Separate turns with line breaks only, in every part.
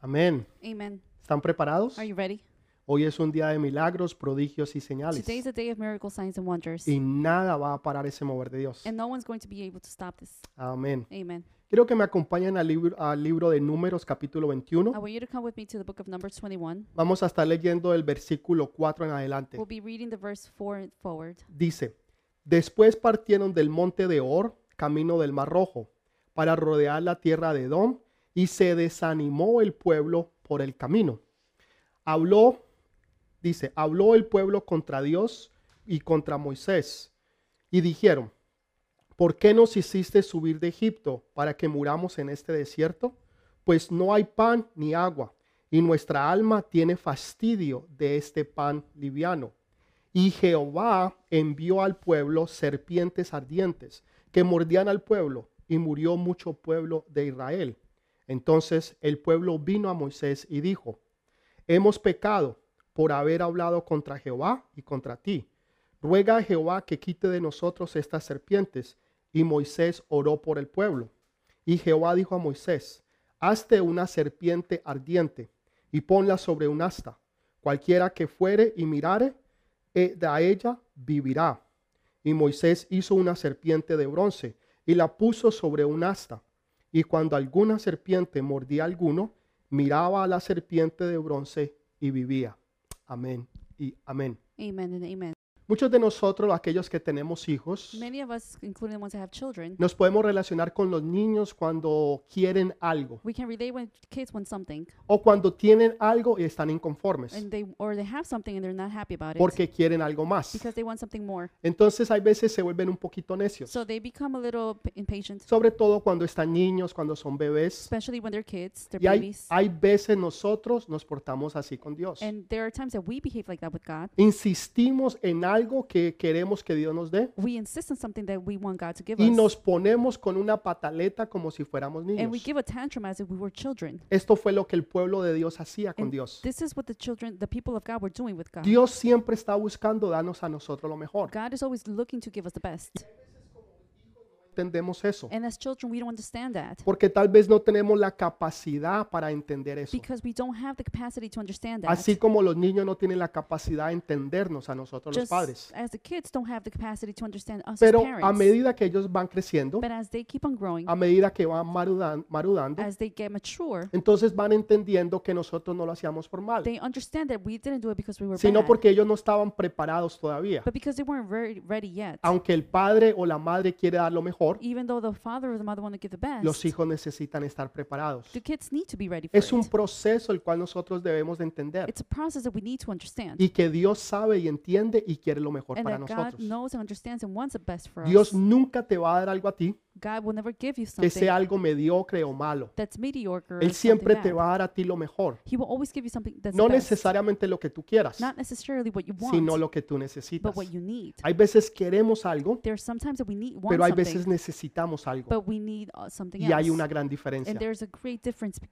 Amén.
Amen.
¿Están preparados?
Are you ready?
Hoy es un día de milagros, prodigios y señales.
Today is a day of miracles, signs, and wonders.
Y nada va a parar ese mover de Dios.
And no one's going to be able to stop this.
Amén.
Amen.
Quiero que me acompañen al libro, al libro de Números capítulo
I
21.
want you to come with me to the book of Numbers 21.
Vamos a estar leyendo el versículo 4 en adelante.
We'll be reading the verse 4 and forward.
Dice, después partieron del monte de Or, camino del Mar Rojo, para rodear la tierra de Edom, y se desanimó el pueblo por el camino. Habló, dice, habló el pueblo contra Dios y contra Moisés, y dijeron, ¿por qué nos hiciste subir de Egipto para que muramos en este desierto? Pues no hay pan ni agua, y nuestra alma tiene fastidio de este pan liviano. Y Jehová envió al pueblo serpientes ardientes que mordían al pueblo y murió mucho pueblo de Israel. Entonces el pueblo vino a Moisés y dijo, hemos pecado por haber hablado contra Jehová y contra ti. Ruega a Jehová que quite de nosotros estas serpientes. Y Moisés oró por el pueblo. Y Jehová dijo a Moisés, hazte una serpiente ardiente y ponla sobre un asta. Cualquiera que fuere y mirare eh, de a ella vivirá. Y Moisés hizo una serpiente de bronce y la puso sobre un asta. Y cuando alguna serpiente mordía a alguno, miraba a la serpiente de bronce y vivía. Amén y amén.
Amen and amen.
Muchos de nosotros, aquellos que tenemos hijos,
Many of us, including the ones that have children,
nos podemos relacionar con los niños cuando quieren algo
we can relate when kids want something
o cuando tienen algo y están inconformes
and they or they have something and they're not happy about it
porque quieren algo más.
because they want something more.
Entonces hay veces se vuelven un poquito necios,
So they become a little p- impatient,
sobre todo cuando están niños, cuando son bebés.
especially when they're kids, they're
Y hay,
babies.
hay veces nosotros nos portamos así con Dios.
And there are times that we behave like that with God.
Insistimos en algo que queremos que Dios nos dé
We insist on something that we want God to give
y
us.
nos ponemos con una pataleta como si fuéramos
and we
niños.
give a tantrum as if we were children.
Esto fue lo que el pueblo de Dios hacía con
And
Dios.
This is what the children, the people of God, were doing with God.
Dios siempre está buscando darnos a nosotros lo mejor.
God is always looking to give us the best.
Entendemos eso.
And as children, we don't understand that
Porque tal vez no tenemos la capacidad para entender eso.
because we don't have the capacity to understand that.
Así como los niños no tienen la capacidad de entendernos a nosotros los
Just
padres.
as the kids don't have the capacity to understand us
Pero
as
a
parents.
medida que ellos van creciendo,
But as they keep on growing,
a medida que van marudan- marudando,
as they get mature,
entonces van entendiendo que nosotros no lo hacíamos por mal,
they understand that we didn't do it because we were
sino
bad,
porque ellos no estaban preparados todavía.
but because they weren't re- ready yet.
Aunque el padre o la madre quiere dar lo mejor,
Even though the father or the mother want to give the best,
los hijos necesitan estar preparados.
the kids need to be ready for
Es un
it.
proceso el cual nosotros debemos de entender
It's a process that we need to understand.
y que Dios sabe y entiende y quiere lo mejor
and
para
that God
nosotros.
knows and understands and wants the best for
Dios
us.
nunca te va a dar algo a ti
God will never give you
que
something
sea algo mediocre o malo.
that's mediocre. or
Él
something
siempre te
bad.
va a dar a ti lo mejor.
He will always give you something that's
No
the best.
necesariamente lo que tú quieras,
not necessarily what you want,
sino lo que tú
but
necesitas.
what you need.
Hay veces queremos algo,
There's sometimes that we need want
pero hay
something,
veces necesitamos algo
but we need uh, something
y hay
else.
una gran
and
diferencia.
there's a great difference. be-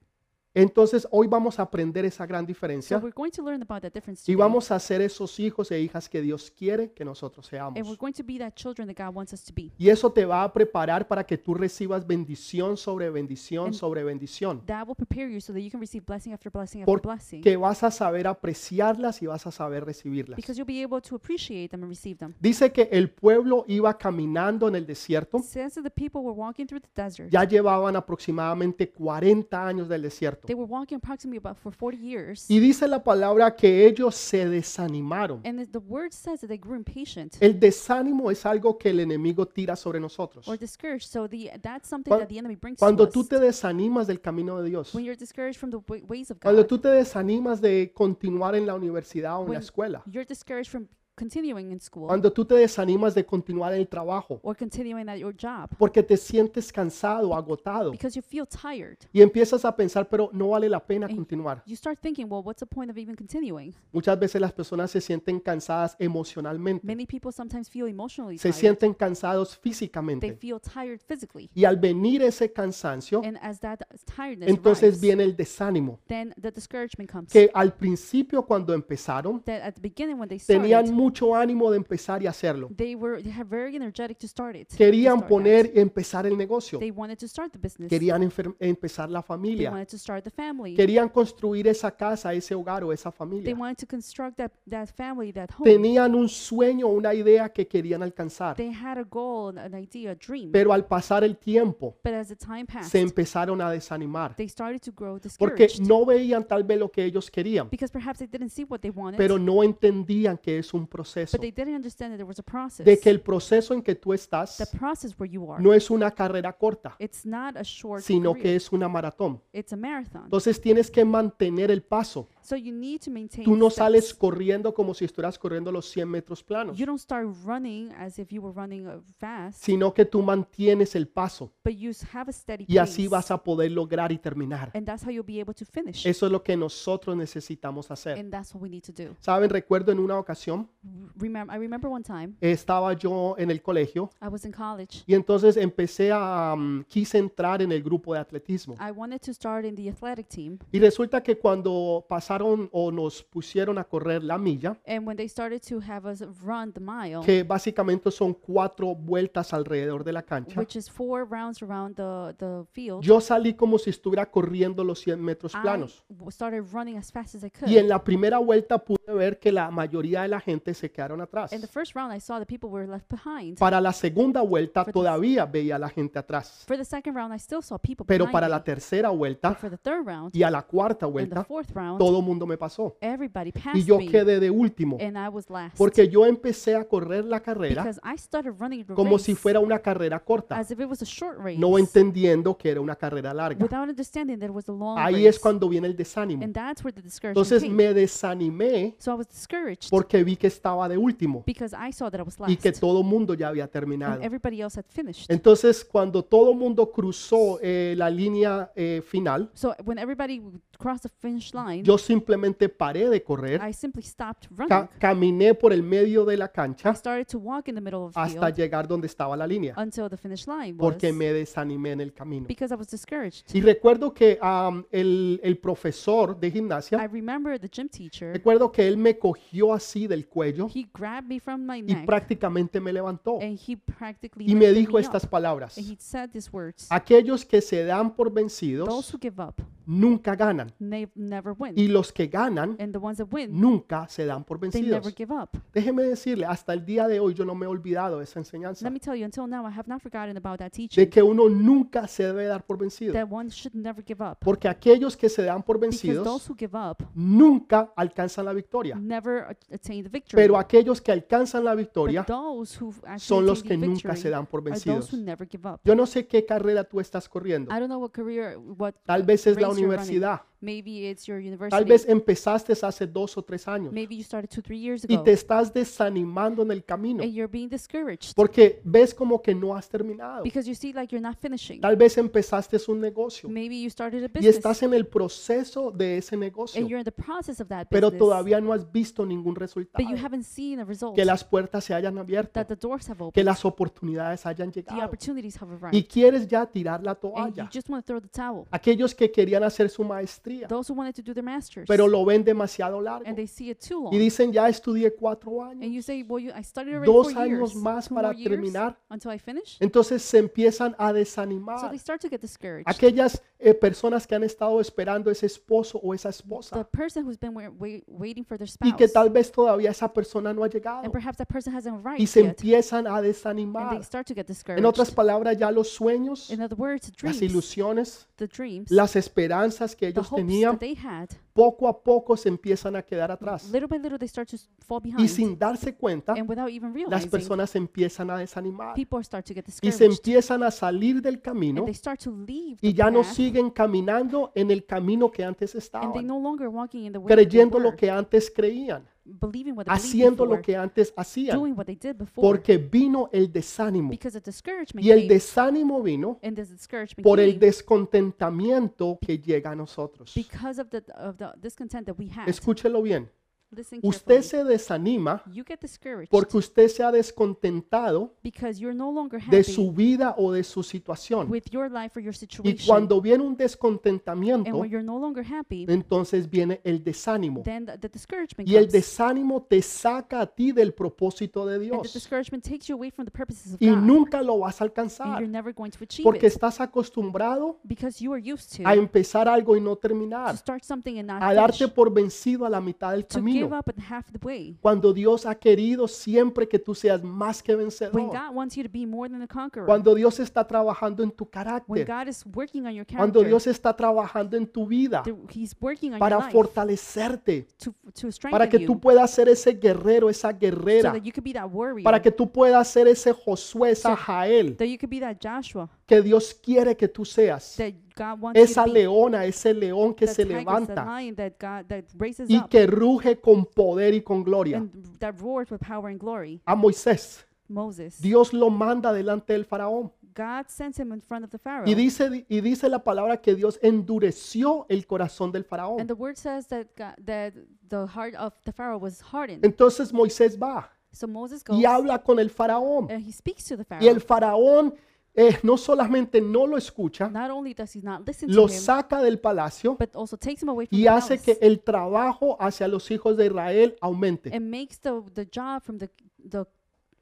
Entonces hoy vamos a aprender esa gran
So
diferencia
we're going to learn about that difference
y
today,
vamos a ser esos hijos e hijas que Dios quiere que nosotros
and we're
seamos.
going to be that children that God wants us to be.
Y eso te va a preparar para que tú recibas bendición sobre bendición
And-
sobre bendición.
That will prepare you so that you can receive blessing after blessing after blessing,
Porque vas a saber apreciarlas y vas a saber recibirlas.
because you'll be able to appreciate them and receive them.
Dice que el pueblo iba caminando en el desierto.
Since the people were walking through the desert,
Ya llevaban aproximadamente 40 años del desierto.
they were walking approximately about for 40 years,
Y dice la palabra que ellos se desanimaron.
and the, the word says that they grew impatient
El desánimo es algo que el enemigo tira sobre nosotros.
or discouraged. So the that's something
Cuan-
that the enemy brings
Cuando
to
tú
us.
te desanimas del camino de Dios,
when you're discouraged from the wa- ways of
cuando
God,
tú te desanimas de continuar en la universidad o en la
When-
escuela,
you're discouraged from continuing in school
cuando tú te desanimas de continuar en el trabajo,
or continuing at your job
porque te sientes cansado, agotado,
because you feel tired.
y empiezas a pensar, pero no vale la pena
Y-
continuar.
You start thinking, well, what's the point of even continuing?
Muchas veces las personas se sienten cansadas emocionalmente,
Many people sometimes feel emotionally
se
tired.
sienten cansados
They
físicamente.
feel tired physically.
Y al venir ese cansancio,
And as that tiredness
entonces
arrives,
viene el desánimo,
then the discouragement comes.
que al principio cuando empezaron
that at the beginning when they started,
tenían mucho ánimo de empezar y hacerlo.
They were they had very energetic to start it. to
Querían
start that.
poner, empezar el negocio.
They wanted to start the business.
Querían enfer- empezar la
They
familia.
wanted to start the family.
Querían construir esa casa, ese hogar o esa
They
familia.
wanted to construct that that family, that home.
Tenían un sueño, una idea que querían alcanzar.
They had a goal, an, an idea, a dream.
Pero al pasar el tiempo,
but as the time passed,
se empezaron a desanimar.
they started to grow
Porque
discouraged
no veían tal vez lo que ellos querían,
because perhaps they didn't see what they wanted.
pero no entendían que es un proceso.
but they didn't understand that there was a process.
De que el proceso en que tú estás
the process where you are.
no es una carrera corta,
it's not a short
sino
career.
que es una maratón.
it's a marathon.
Entonces tienes que mantener el paso.
So you need to maintain
Tú no
steps.
sales corriendo como si estuvieras corriendo los 100 metros planos,
You don't start running as if you were running uh, fast,
sino que tú mantienes el paso
but you s- have a steady
y así
pace,
vas a poder lograr y terminar.
and that's how you'll be able to finish.
Eso es lo que nosotros necesitamos hacer.
and that's what we need to do.
Saben, recuerdo en una ocasión,
Remember, I remember one time
estaba yo en el colegio
I was in college.
Y entonces empecé a, mm, quise entrar en el grupo de atletismo.
I wanted to start in the athletic team,
Y resulta que cuando pasaron o nos pusieron a correr la milla,
and when they started to have us run the mile,
que básicamente son cuatro vueltas alrededor de la cancha,
which is four rounds around the the field,
yo salí como si estuviera corriendo los 100 metros
I
planos.
w- started running as fast as I could.
Y en la primera vuelta pude ver que la mayoría de la gente se quedaron atrás.
in the first round, I saw the people were left behind.
Para la segunda vuelta todavía veía a la gente atrás.
For the second round, I still saw people
Pero
behind
para
me.
la tercera vuelta
For the third round
y a la cuarta
and the
vuelta,
fourth round,
todo mundo me pasó.
everybody passed
Y yo
me.
quedé de último.
and I was last.
Porque yo empecé a correr la carrera
because I started running the
como
race
si fuera una carrera corta,
as if it was a short race,
no entendiendo que era una carrera larga.
without understanding that it was a long
Ahí
race.
es cuando viene el desánimo.
and that's where the discouragement
Entonces
came.
me desanimé
so I was discouraged
porque vi que estaba de último
because I saw that I was last,
y que todo mundo ya había
and
terminado.
everybody else had finished.
Entonces cuando todo mundo cruzó eh, la línea eh, final,
so when everybody w- crossed the finish line,
yo simplemente paré de correr,
I simply stopped
ca-
running.
caminé por el medio de la
I
cancha
started to walk in the middle of the
hasta
field
llegar donde estaba la línea,
until the finish line was
porque me desanimé en el camino.
because I was discouraged.
Y recuerdo que am, el, el profesor de
I
gimnasia,
remember the gym teacher.
recuerdo que él me cogió así del cuello
He grabbed me from my
y
neck
prácticamente me levantó
and he practically
y me
lifted
dijo
me up.
estas palabras.
And he said these words
Aquellos que se dan por
Those
vencidos
who give up
nunca ganan
ne- never win.
y los que ganan
And the ones that win,
nunca se dan por
they never
vencidos.
give up.
Déjeme decirle, hasta el día de hoy yo no me he olvidado de esa enseñanza,
Let me tell you, until now, I have not forgotten about that
de
teaching
que uno nunca se debe dar por vencido,
that one should never give up.
porque aquellos que se dan por
Because those
vencidos
who give up
nunca alcanzan la victoria,
never a- attain the victory.
pero aquellos que alcanzan la victoria
But those who actually
son los que
attain the
nunca se
victory
dan por
are those
vencidos.
who never give up.
Yo no sé qué carrera tú estás corriendo.
I don't know what career, what
Tal vez es la
race you're running.
universidad.
Maybe it's your
Tal
university.
vez empezaste hace dos o tres años
Maybe you started two, three years
y
ago.
te estás desanimando en el camino
And you're being discouraged
porque ves como que no has terminado.
because you see like you're not finishing.
Tal vez empezaste un negocio
Maybe you started a
y
business.
estás en el proceso de ese negocio,
and you're in the process of that
pero
business,
todavía no has visto ningún
but you
resultado.
haven't seen a result
Que las puertas se hayan abierto,
that the doors have
que
opened,
las oportunidades hayan
the
llegado
opportunities have
y
arrived,
quieres ya tirar la
and you
toalla.
just want to throw the towel.
Aquellos que querían hacer su maestría,
Those who wanted to do their masters,
pero lo ven demasiado largo.
and they see it too long,
y dicen ya estudié cuatro años
and you say, "Well, you, I studied already
dos
four
años
years,
más
two
para
more years
terminar.
until I finish."
entonces se empiezan a
So
desanimar
they start to get discouraged.
aquellas eh, personas que han estado esperando ese esposo o esa
the
esposa
person who's been wai- wai- waiting for their spouse,
y que tal vez todavía esa persona no ha llegado
and perhaps that person hasn't arrived
y se
yet,
empiezan a
and they
desanimar
start to get discouraged.
en otras palabras ya los sueños
In other words,
las
dreams,
ilusiones
the dreams,
las esperanzas que
the
ellos
hopes that
tenían
they had,
poco a poco se empiezan a quedar atrás
little by little, they start to s- fall
y
behind.
sin darse cuenta
and without even
las
realizing,
personas se empiezan a desanimar
people start to get
y se
discouraged
empiezan a salir del camino
and they start to leave the
y ya no
path,
siguen caminando en el camino que antes
and they
estaban,
no longer walking in the way that they
creyendo lo
were,
que antes creían,
believing what they believed
haciendo lo
before,
que antes hacían,
doing what they did before,
porque vino el desánimo.
because the discouragement
Y el
came,
desánimo vino
and this discouragement
por el
came
descontentamiento que llega a nosotros.
because of the of the discontent that we had.
Escúchelo bien.
Listen
Usted
carefully.
se desanima
You get discouraged
porque usted se ha descontentado
because you're no longer
de
happy
su vida o de su situación.
with your life or your
Y
situation.
cuando viene un
And
descontentamiento,
when you're no longer happy,
entonces viene el desánimo.
then the, the discouragement
Y el
comes.
desánimo te saca a ti del propósito de
And the
Dios.
discouragement takes you away from the purposes of
Y
God.
nunca lo vas a
and
alcanzar
you're never going to achieve
porque
it
estás acostumbrado
because you are used to
a empezar algo y no
to
terminar,
start something and not
a darte
finish,
por vencido a la mitad del
to give
camino.
up at half the way.
Cuando Dios ha querido siempre que tú seas más que
When
vencedor.
God wants you to be more than a conqueror,
Cuando Dios está trabajando en tu
when
carácter.
God is working on your character,
Cuando Dios está trabajando en tu vida
th- He's working on your
para
life
fortalecerte.
to, to strengthen
Para que
you
tú puedas ser ese guerrero, esa
so
guerrera.
that you could be that warrior,
Para que tú puedas ser ese Josué, esa Jael.
that you could be that Joshua
que Dios quiere que tú seas.
that God wants you
Esa
to be,
leona, ese león que
that
se
tiger, that
levanta
lion that God that raises
y
up
que ruge con poder y con gloria.
and that roars with power and glory.
A Moisés,
Moses.
Dios lo manda delante del faraón.
God sends him in front of the Pharaoh.
Y dice, y dice la palabra que Dios endureció el corazón del
And
faraón.
the word says that God, that the heart of the Pharaoh was hardened.
Entonces Moisés va
So Moses goes
y habla con el faraón.
and he speaks to the
Y el
Pharaoh.
faraón eh, no solamente no lo escucha,
Not only does he not listen to
lo
him,
saca del palacio
but also takes him away from
y
the
hace
palace
que el trabajo hacia los hijos de Israel aumente.
and makes the, the job from the, the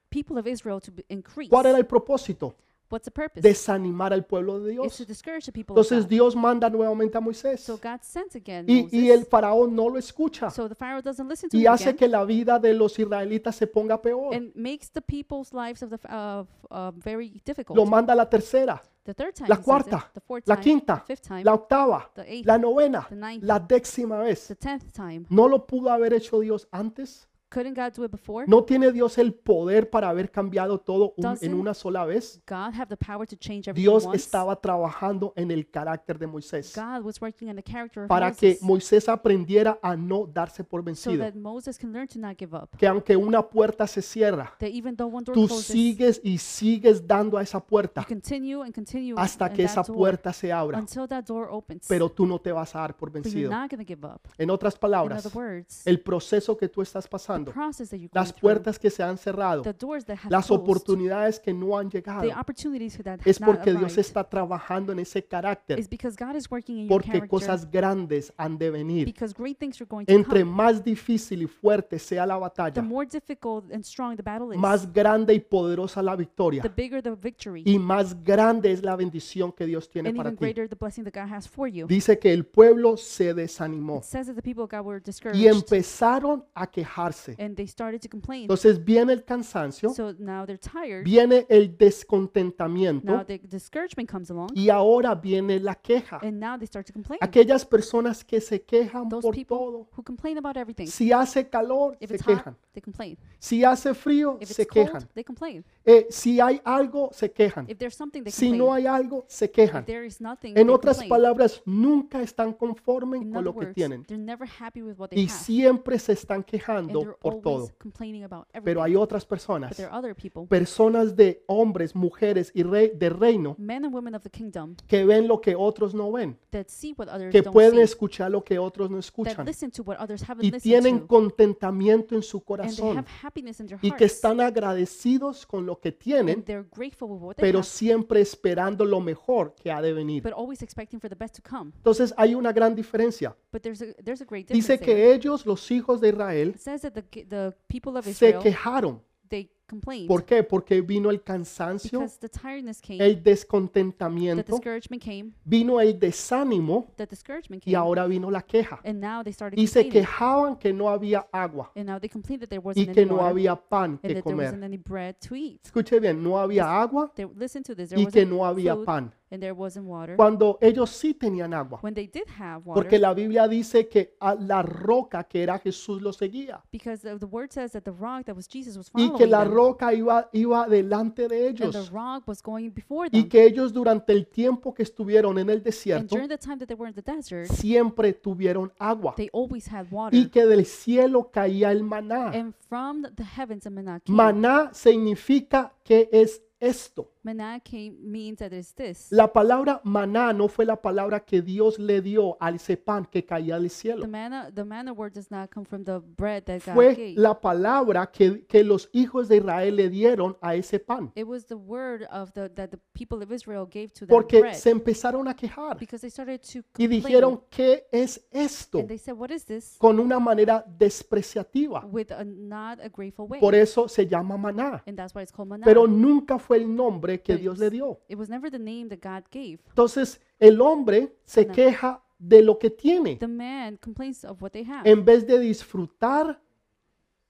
people of Israel to be increase.
¿Cuál era el propósito?
What's the purpose?
desanimar al pueblo de
It's to
Dios.
discourage the people of
Entonces
God.
Dios manda nuevamente a Moisés
So God sends again
y, y el
Moses.
faraón no lo escucha
So the Pharaoh doesn't listen to
y
him
hace
again
que la vida de los israelitas se ponga peor.
and makes the people's lives of the f- of, uh, very difficult.
Lo manda a la tercera,
the third time,
la
he sends it,
cuarta,
the fourth
la
time,
quinta,
the fifth time,
la octava,
the eighth,
la novena,
the ninth,
la décima vez.
the tenth time.
¿No lo pudo haber hecho Dios antes?
Couldn't God do it before?
¿No tiene Dios el poder para haber cambiado todo un- en
Doesn't
una sola vez?
God have the power to change everything
Dios
once.
estaba trabajando en el carácter de Moisés
God was working on the character of
para que
Moses
Moisés aprendiera a no darse por
so
vencido.
that Moses can learn to not give up.
que aunque una puerta se cierra,
That even though one door
tú
closes,
sigues y sigues dando a esa
you
puerta
continue and continue
hasta
in
que
that
esa
door
puerta se abra,
until that door opens.
pero tú no te vas a dar por
but you're
vencido.
not going to give up.
En otras
In
palabras,
other words,
el proceso que tú estás
the
pasando,
process that you're going
las
through,
puertas que se han cerrado,
the doors that have
las
closed,
oportunidades que no han llegado,
the opportunities that have
es
not
porque Dios
arrived
está trabajando en ese carácter,
is because God is working in your
porque
character.
cosas grandes han de venir.
because great things are going to
Entre
come.
más difícil y fuerte sea la
The
batalla,
more difficult and strong the battle is,
más grande y poderosa la victoria.
the bigger the victory,
y más grande es la bendición que Dios tiene
and
para
even
ti.
greater the blessing that God has for you.
Dice que el pueblo se desanimó
It says that the people of God were
y
discouraged
empezaron a quejarse.
and they started to complain.
Entonces viene el cansancio,
So now they're tired.
viene el
Now
descontentamiento
the discouragement comes along,
y ahora viene la queja.
and now they start to complain.
Aquellas personas que se quejan
Those
por
people
todo.
who complain about everything.
Si hace calor,
If
se
it's hot,
quejan.
they complain.
Si hace frío,
If
se
it's cold,
quejan.
they complain.
Eh, si hay algo, se quejan.
If there's something, they
Si no hay
complain.
algo, se quejan.
If there is nothing, they
En otras
complain.
palabras, nunca están conformes
In
con
other
lo que
words,
tienen.
they're never happy with what they
y
have,
siempre se están
and they're
quejando por todo.
always complaining about
Pero
everything.
hay otras personas,
But there are other people,
personas de hombres, mujeres y rey, de reino
men and women of the kingdom,
que ven lo que otros no ven,
that see what others
que pueden
don't see,
escuchar lo que otros no
that
escuchan
listen to what others haven't
y
listened
tienen
to.
contentamiento en su
and they
corazón
have happiness in their
y
hearts,
que están agradecidos con lo que tienen,
and they're grateful with what they
pero
have,
siempre esperando lo mejor que ha de venir.
but always expecting for the best to come.
Entonces hay una gran diferencia.
But there's a there's a great difference.
Dice
there.
que ellos, los hijos de Israel,
It says that the ki- the people of
se
Israel
quejaron.
they complained
¿Por e qué? Porque vino el cansancio,
because the tiredness came,
el
the
descontentamiento,
discouragement came,
vino el desánimo
the discouragement
y
came,
ahora vino la queja.
and now they started
Y se
complaining.
quejaban que no había agua
and now they complained that there
y
wasn't
que
any
no
water
había pan
and
que
that there wasn't
comer.
any bread to eat.
Escuche bien, no había agua
There, listen to this. There
y que
wasn't
no había
food
pan.
and there wasn't water.
Cuando ellos sí tenían agua,
When they did have water,
porque la Biblia dice que a la roca que era Jesús los seguía
because the, the word says that the rock that was Jesus was
y
following
que la
them,
roca iba, iba delante de
and the
ellos
rock was going before them.
y que ellos durante el tiempo que estuvieron en el
and
desierto
during the time that they were in the desert,
siempre tuvieron agua
they always had water.
y que del cielo caía el maná.
and from the heavens, a manna came.
Maná significa que es esto.
Maná came means that it's this.
La palabra maná no fue la palabra que Dios le dio al cepán que caía del cielo.
The manna, the manna word does not come from the bread that God
Fue
gave.
la palabra que, que los hijos de Israel le dieron a ese pan.
It was the word of the that the people of Israel gave to them
Porque
bread
se empezaron a quejar
because they started to
y
complain
dijeron, ¿qué es esto?
and they said, "What is this?"
Con una manera despreciativa.
with a not a grateful way,
Por eso se llama maná.
and that's why it's called maná.
Pero nunca fue el nombre que Dios le dio.
it was never the name that God gave.
Entonces el hombre se queja de lo que tiene
The man complains of what they have
en vez de disfrutar,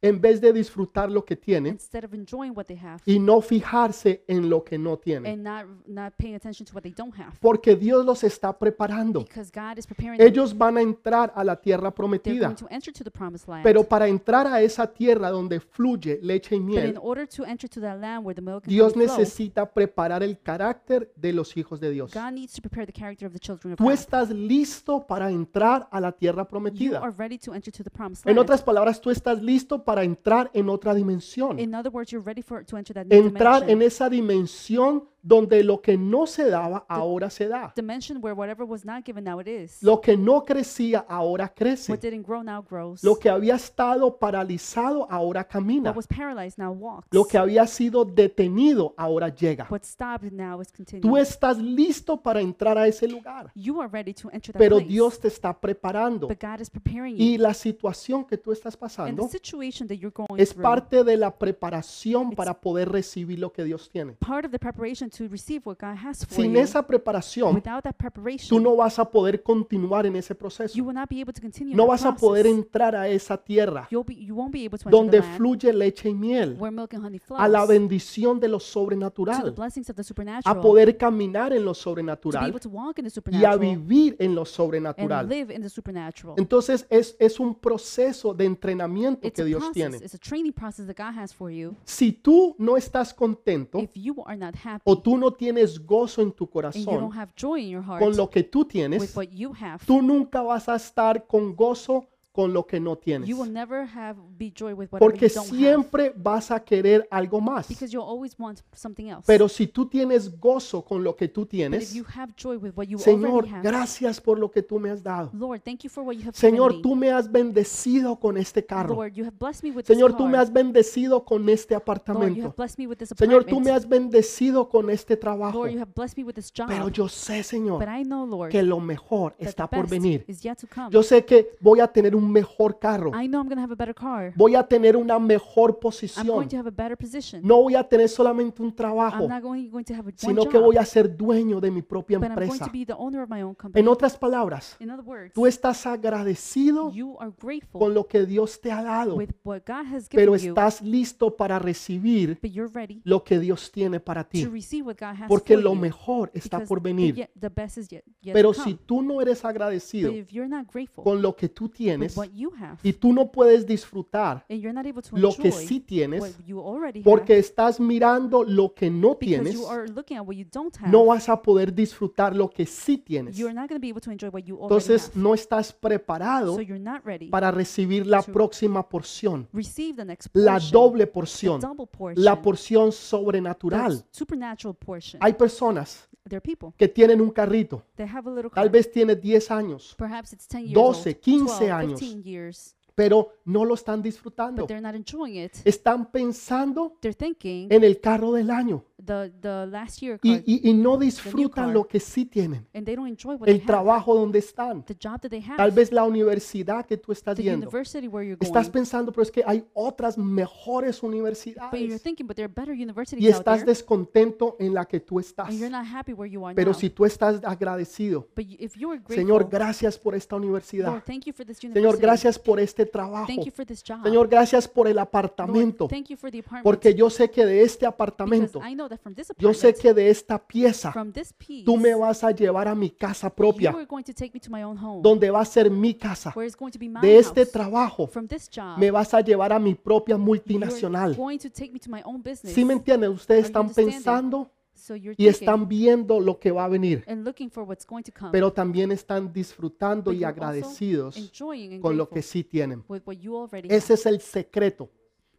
en vez de disfrutar lo que tiene
instead of enjoying what they have
y no fijarse en lo que no tiene.
and not not paying attention to what they don't have
Porque Dios los está preparando.
because God is preparing them.
Ellos van a entrar a la tierra
They're
prometida.
going to enter to the promised land.
Pero para entrar a esa tierra donde fluye leche y
but in
miel,
order to enter to that land where the milk and
Dios
honey flow,
necesita preparar el carácter de los hijos de Dios.
God needs to prepare the character of the children of
Tú
God.
estás listo para entrar a la tierra
You
prometida.
are ready to enter to the promised
En
land.
otras palabras, tú estás listo para entrar en otra dimensión.
In other words, you're ready for to enter that new
Entrar en
dimension,
esa dimensión donde lo que no se daba ahora se da.
dimension where whatever was not given now it is.
e-, Lo que no crecía ahora crece.
What didn't grow now grows.
Lo que había estado paralizado ahora camina.
what was paralyzed now walks.
Lo que había sido detenido ahora llega.
what stopped now is
Tú
continuing.
estás listo para entrar a ese lugar,
You are ready to enter that
pero
place, Pues,
Dios te está preparando.
but God is preparing you.
Y la situación que tú estás
and the
pasando
situation that you're going
es
through,
parte de la preparación para poder recibir lo que Dios tiene.
part of the preparation to receive what God has for
Sin
you.
esa preparación,
Without that preparation,
tú no vas a poder continuar en ese proceso.
you will not be able to continue. in
No
that
vas a
process.
poder entrar a esa tierra
You'll be, you won't be able to enter
donde
the land
fluye leche y miel,
where milk and honey flows.
a la bendición de lo
to the
sobrenatural,
blessings of the
a
supernatural.
poder caminar en lo
to be able
sobrenatural
to walk in
y
the
a
supernatural
vivir en lo
and
sobrenatural.
live in the supernatural.
Entonces es, es un proceso de entrenamiento
It's
que
a
Dios
process.
tiene.
It's a training process that God has for you.
Si tú no estás contento
If you are not happy
o tú no tienes gozo en tu
and you don't
corazón
have joy in your heart
con lo que tú
with
tienes,
what you have,
tú nunca vas a estar con gozo con lo que no tienes.
you will never have be joy with whatever
Porque
you don't have
siempre vas a querer algo más.
because you'll always want something else.
Pero si tú tienes gozo con lo que tú
but if
tienes,
you have joy with what you
Señor,
already have,
gracias por lo que tú me has dado.
Lord, thank you for what you have given
Señor,
me.
tú me has bendecido con este carro.
Lord, you have blessed me with this
Señor, tú
car.
me has bendecido con este
Lord, you
apartamento.
have blessed me with this
Señor,
apartment.
tú me has bendecido con este trabajo,
Lord, you have blessed me with this job.
pero yo sé,
but
Señor,
I know, Lord,
que lo mejor
that
está
the
por
best
venir.
is yet to come.
Yo sé que voy a tener un mejor carro,
I know I'm going to have a better car.
voy a tener una mejor
I'm going
posición.
to have a better position.
No voy a tener solamente un trabajo,
I'm not only going to have a one
sino
job,
que voy a ser dueño de mi propia
but I'm going to
empresa.
be the owner of my own company.
En otras palabras,
In other words,
tú estás agradecido
you are grateful
con lo que Dios te ha dado,
with what God has given
pero
you,
estás listo para recibir
but you're ready
lo que Dios tiene para
to
ti,
receive what God has
porque
for
lo
you,
mejor está
because
por
the
venir.
ye- the best is yet, yet
Pero
to
si
come.
tú no eres
But
agradecido
if you're not grateful
con lo que tú
with
tienes
what you have,
y tú no puedes disfrutar
and you're not able to
lo
enjoy
que sí
what
tienes
you already
porque estás mirando lo que no
have, because
tienes,
you are looking at what you don't have,
no vas a poder disfrutar lo que sí tienes.
you're not going to be able to enjoy what you already
Entonces
have.
no estás
So
preparado
you're not ready.
para recibir la próxima porción,
Receive the next
la
portion,
doble
the
porción,
double portion,
la porción
the
sobrenatural.
supernatural portion.
Hay personas
There are people
que tienen un carrito,
that have a little car.
tal vez tiene 10 años,
Perhaps it's 10 years
12,
old,
15
12,
años.
15 years,
pero no lo están disfrutando.
but they're not enjoying it.
Están pensando
They're thinking
en el carro del año.
the, the last year
y,
card,
y- y no disfrutan
car.
lo que sí tienen,
and they don't enjoy what they
el
have,
trabajo donde están,
the job that they have,
tal vez la universidad que tú estás
the
yendo.
university where you're
Estás
going.
pensando, pero es que hay otras mejores
But you're
universidades
thinking, but there are better
y
universities out
estás
there,
descontento en la que tú estás.
and you're not happy where you are now.
Pero si tú estás agradecido,
But you- if you are grateful,
Señor, gracias por esta universidad.
Lord, thank you for this university.
Señor, gracias por este trabajo.
Thank you for this job.
Señor, gracias por el
Lord,
apartamento.
thank you for the apartment.
Porque yo sé que de este
because
apartamento,
I know that from this
yo
apartment,
sé que de esta pieza,
from this piece,
tú me vas a llevar a mi casa propia,
you are going to take me to my own home,
donde va a ser mi casa.
where it's going to be my
de este
house.
trabajo
from this job,
me vas a llevar a mi propia
you're
multinacional.
going to take me to my own business.
¿Sí me entienden? Ustedes
Are you
están
understanding?
pensando
so you're
y
thinking
están viendo lo que va a venir,
and looking for what's going to come.
pero también están disfrutando
but
y
you're also
agradecidos
enjoying and
con lo
grateful
que sí tienen.
with what you already have.
Ese es el secreto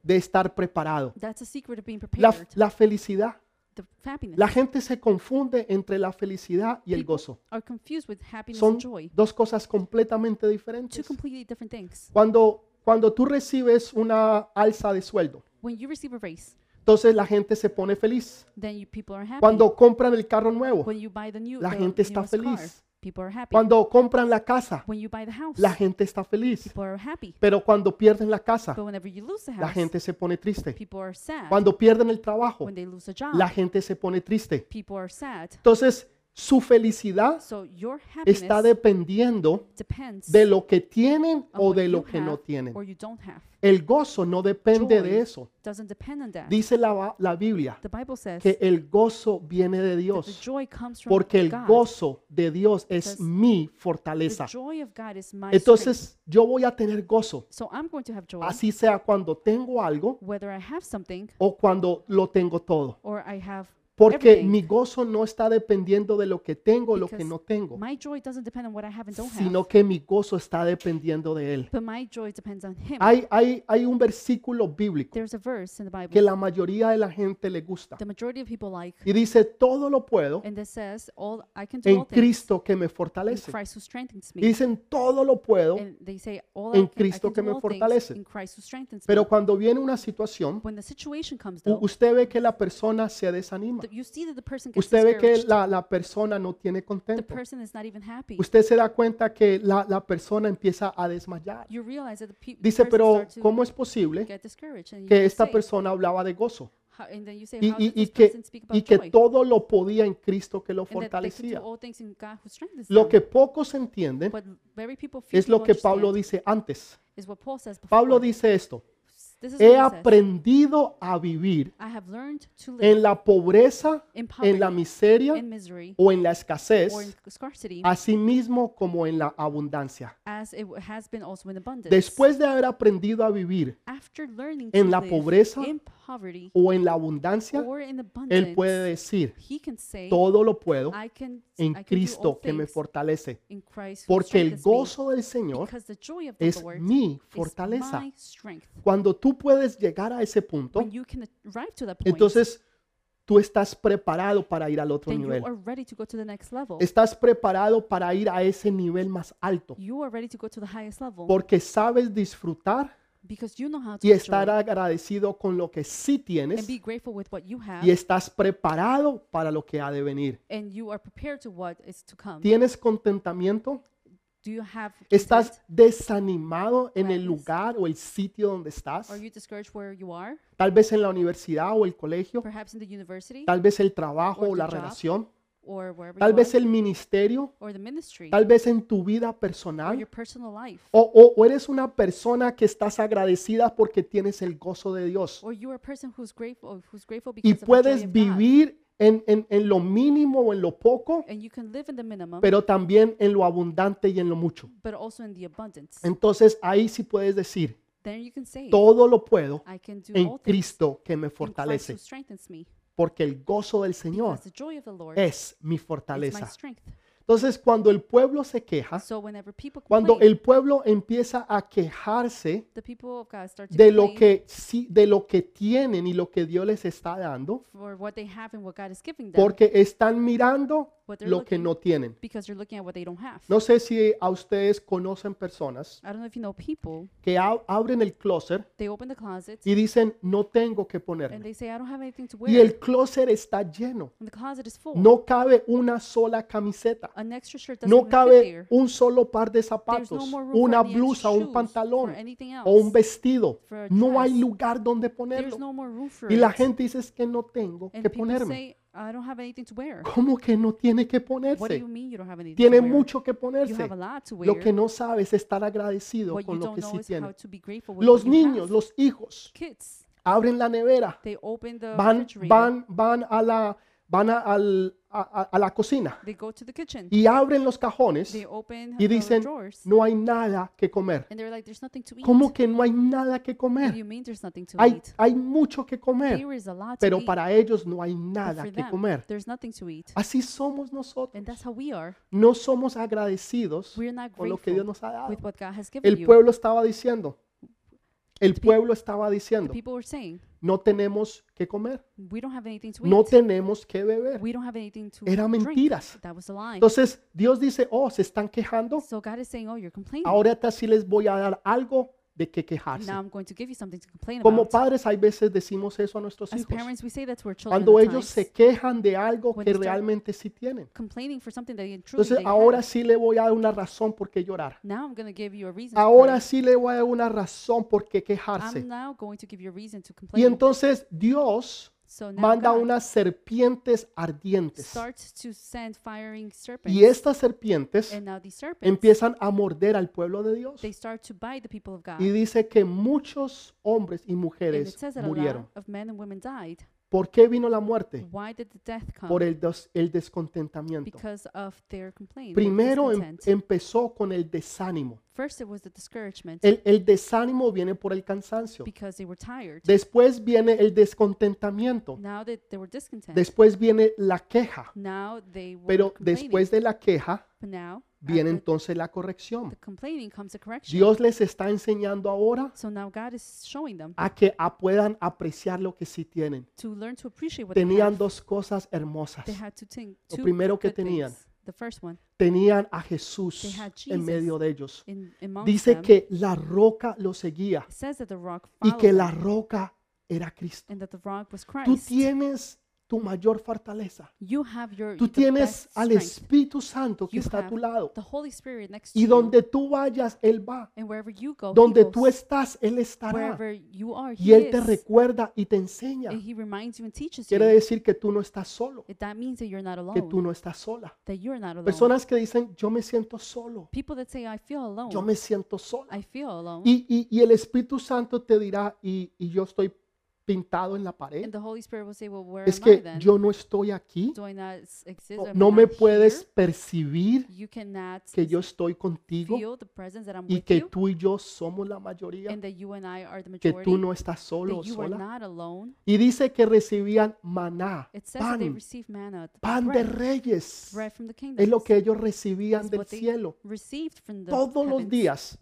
de estar preparado.
That's a secret of being
La,
prepared.
la felicidad
the happiness
La gente se confunde entre la felicidad y el
People
gozo.
are confused with happiness
Son
and joy.
dos cosas completamente
Two
diferentes.
completely different things.
Cuando, cuando tú recibes una alza de sueldo,
When you receive a raise,
entonces la gente se pone feliz.
then you people are happy.
Cuando compran el carro nuevo,
when you buy the new
la
the
gente está
newest car,
feliz.
people are happy.
cuando compran la casa,
when you buy the house,
la gente está feliz.
people are happy.
Pero cuando pierden la casa,
But whenever you lose the
la
house,
gente se pone triste.
people are sad.
Cuando pierden el trabajo,
when they lose a job,
la gente se pone triste.
people are sad.
Entonces, su felicidad
So your happiness
está dependiendo
depends
de lo que tienen
on
o
what
de
you
lo que no
have
tienen.
or you don't have.
El gozo no depende
Joy.
de eso.
Doesn't depend on that.
Dice la, ba- la Biblia
the Bible says
que el gozo viene de
that the
Dios,
joy comes from
porque el
God.
gozo de Dios es
Entonces,
mi
the
fortaleza.
joy of God is my strength.
Entonces, yo voy a tener gozo,
So I'm going to have joy
así sea cuando tengo algo
whether I have something
o cuando lo tengo todo.
or I have
Porque
everything.
mi gozo no está dependiendo de lo que tengo o lo que
Because
no tengo,
My joy doesn't depend on what I have and don't have.
sino que mi gozo está dependiendo de Él.
But my joy depends on him.
Hay, hay, hay un versículo bíblico
There's a verse in the Bible
que la mayoría de la gente le gusta
the majority of people like,
y dice, todo lo puedo
and that says, "All I can do
en
all things
Cristo que me
in
fortalece.
Christ who strengthens
Y
me."
dicen, todo lo puedo,
And they say, "All
en
I can, I
Cristo
can
que
do
me
all things
fortalece.
in Christ who strengthens me."
pero cuando viene una situación,
When the situation comes,
u-
though,
usted ve que la persona se desanima.
th- you see that the person gets
Usted ve que
discouraged.
la, la persona no tiene
The
contento.
person is not even happy.
Usted se da cuenta que la, la persona empieza a desmayar.
You realize that the, pe- the
Dice,
person
pero
start to
¿cómo es posible
get discouraged, and you
que
just
esta
say,
persona hablaba de gozo
how, and then you say,
y,
"How
y-
did this
y que,
person speak about
y que
joy?"
todo lo podía en Cristo que lo
and that they can do
fortalecía?
all things in God who strengthens
Lo
them.
que pocos entienden
What very people few
es lo
people
que Pablo
understand
dice antes.
is what Paul says before.
Pablo dice esto,
This is
he
what he says.
aprendido a vivir
I have learned to live
en la pobreza,
in
en
poverty,
la miseria
in misery,
o en la
or in
escasez,
scarcity,
así mismo como en la abundancia.
as it w- has been also in abundance.
Después de haber aprendido a vivir
After learning
en
to
la
live
pobreza
in poverty
o en la abundancia,
or in abundance,
él puede decir,
he can say,
todo lo puedo
I can,
en
I can do all
Cristo que me
things
fortalece,
in Christ who
porque el
strengthens me,
gozo del Señor
because the joy of the
es
Lord
mi
is
fortaleza.
my strength.
Cuando tú puedes llegar a ese punto,
When you can arrive to that point,
entonces tú estás preparado para ir al otro
then
nivel.
you are ready to go to the next level.
Estás preparado para ir a ese nivel más alto,
You are ready to go to the highest level
porque sabes disfrutar
because you know how to
y
enjoy
estar agradecido con lo que sí
and
tienes
be grateful with what you have.
y estás preparado para lo que ha de venir.
and you are prepared to what is to come.
¿Tienes contentamiento?
Do you have
¿Estás
content?
desanimado en el
Wellness.
lugar o el sitio donde estás?
Are you discouraged where you are?
Tal vez en la universidad o el colegio,
Perhaps in the university
tal vez el trabajo
Or
o la
the job.
relación,
or wherever
tal
you
vez
are,
el ministerio,
or the ministry
tal vez en tu vida
or
personal.
your personal life.
O, o- o eres una persona que estás agradecida porque tienes el gozo de Dios
Or you are a person who's grateful who's grateful
y
because of the joy
puedes
of God.
vivir en, en- en lo mínimo o en lo poco,
And you can live in the minimum
pero también en lo abundante y en lo mucho.
but also in the abundance.
Entonces ahí sí puedes decir,
Then you can say
todo lo puedo
I can do
en
all things
Cristo que me
in Christ
fortalece,
who strengthens me.
porque el gozo del Señor
Because the joy of the Lord is
es mi
my
fortaleza.
strength.
Entonces cuando el pueblo se queja,
So whenever people
cuando
complain,
el pueblo empieza a quejarse
the people of God start to
de lo
complain
que sí- de lo que tienen y lo que Dios les está dando,
for what they have and what God is giving them
porque están mirando
What they're
lo que
looking-
no tienen.
because you're looking at what they don't have.
No sé si a ustedes conocen personas
I don't know if you know people.
que ab- abren el closet
They open the closet
y dicen, no tengo que
and
ponerme.
they say, "I don't have anything to wear." Oh.
Y el closet está lleno.
and the closet is full.
No cabe una sola camiseta.
An extra shirt doesn't
No
even fit there.
cabe un solo par de
There's
zapatos,
no more room for
una
any extra
blusa,
shoes,
un
for
pantalón
anything
o un
else.
vestido.
for a
No hay
dress.
lugar donde
There's
ponerlo.
no more room for
Y la
it.
gente dice, es que no tengo
and
que
people
ponerme.
say, "I don't have anything to wear."
¿Cómo que no tiene que
What do
ponerse?
you mean you don't have anything?
Tiene
to wear?
mucho que
You
ponerse.
have a lot to wear.
Lo que no sabe es estar agradecido
what you
con lo
don't
que
know
sí
is how
tiene.
to be grateful. With
Los
what you have.
niños, los hijos,
kids,
abren la nevera,
they open the
van,
refrigerator.
van, van a la, van a, al- a- a- a la cocina
They go to the kitchen.
y abren los cajones
They open
y
the
dicen,
drawers.
no hay nada que comer.
And they're like, "There's nothing to eat."
¿Cómo que no hay nada que
What do
comer?
you mean there's nothing to
Hay,
eat?
hay mucho que comer,
There is a lot to
pero
eat.
para ellos no hay
but
nada
for
que
them,
comer.
There's nothing to eat.
Así somos nosotros.
And that's how we are.
No somos agradecidos
We're not
con lo que Dios
grateful
nos ha dado.
with what God has given
El
you.
pueblo estaba diciendo, el pueblo estaba diciendo,
People were saying,
No tenemos que comer,
We don't have anything to eat.
no tenemos que beber.
we don't have anything to
Era
drink.
mentiras.
That was a lie.
Entonces Dios dice, oh, se están quejando,
so God is saying, oh, you're complaining.
ahora sí les voy a dar algo de que quejarse.
now I'm going to give you something to complain
Como
about.
padres hay veces decimos eso a nuestros
As
hijos.
parents, we say that to our children.
Cuando
at
ellos
times,
se quejan de algo
When
que
they start-
realmente sí tienen.
complaining for something that they truly
Entonces
they have.
ahora sí le voy a dar una razón por qué llorar.
Now I'm going to give you a reason. to
Ahora
complain.
sí le voy a dar una razón por qué
I'm
quejarse.
now going to give you a reason to complain.
Y entonces Dios
so now
manda
God
unas serpientes ardientes.
starts to send firing serpents.
Y estas serpientes
and now these serpents,
empiezan a morder al pueblo de Dios.
they start to bite the people of God.
Y dice que muchos hombres y
and
mujeres
it says that a
murieron.
lot of men and women died.
¿Por qué vino la muerte?
Why did the death come?
Por el, des- el descontentamiento.
because of their complaint. their
Primero em-
discontent.
empezó con el desánimo.
First, it was the discouragement
El, el desánimo viene por el cansancio.
because they were tired.
Después viene el descontentamiento.
Now that they were discontent,
Después viene la queja.
now they were
Pero
complaining.
después de la queja
but now,
viene
after
entonces la corrección.
the complaining comes the correction.
Dios les está enseñando ahora
so now God is showing them
a que a- puedan apreciar lo que sí tienen.
to learn to appreciate what they
Tenían
have.
dos cosas hermosas.
They had to think.
Lo
two
primero que
good
tenían.
things. The first one
Tenían a Jesús
They had
en medio de ellos.
in amongst
Dice
them
que la roca lo seguía
it says that the rock
y
followed
que la
them
roca era Cristo.
and that the rock was
Tú
Christ.
tienes tu mayor fortaleza.
you have your
Tú
the
tienes
best
al
strength.
Espíritu Santo que
You
está a tu
have
lado.
The Holy Spirit next to
Y
you.
donde tú vayas, Él va.
And wherever you go, he
Donde tú
goes.
estás, Él estará.
Wherever you are,
Y
he
Él te
is.
recuerda y te enseña.
And he reminds you and teaches
Quiere
you.
decir que tú no estás solo,
It- That means that you're not alone.
que tú no estás sola.
that you're not alone.
Personas que dicen, yo me siento solo,
People that say, I feel alone.
yo me siento sola.
I feel alone.
Y, y- y el Espíritu Santo te dirá, y, y yo estoy pintado en la pared.
and the Holy Spirit will say, well, where
Es
am I
que
then?
yo no estoy aquí.
Do I not s- exist?
No,
Am I
no me
not
puedes
here?
percibir
You cannot
que
s-
yo estoy contigo
feel the presence that I'm
y
with
que
you.
tú y yo somos la mayoría,
And that you and I are the
que
majority.
tú no estás solo o
that you are
sola.
not alone.
Y dice que recibían maná,
It says that they
pan,
receive manna, the
pan de
bread,
reyes.
bread from the kingdom.
Es lo que ellos recibían
is
del
what they
cielo.
received from the
Todos los
heavens.
días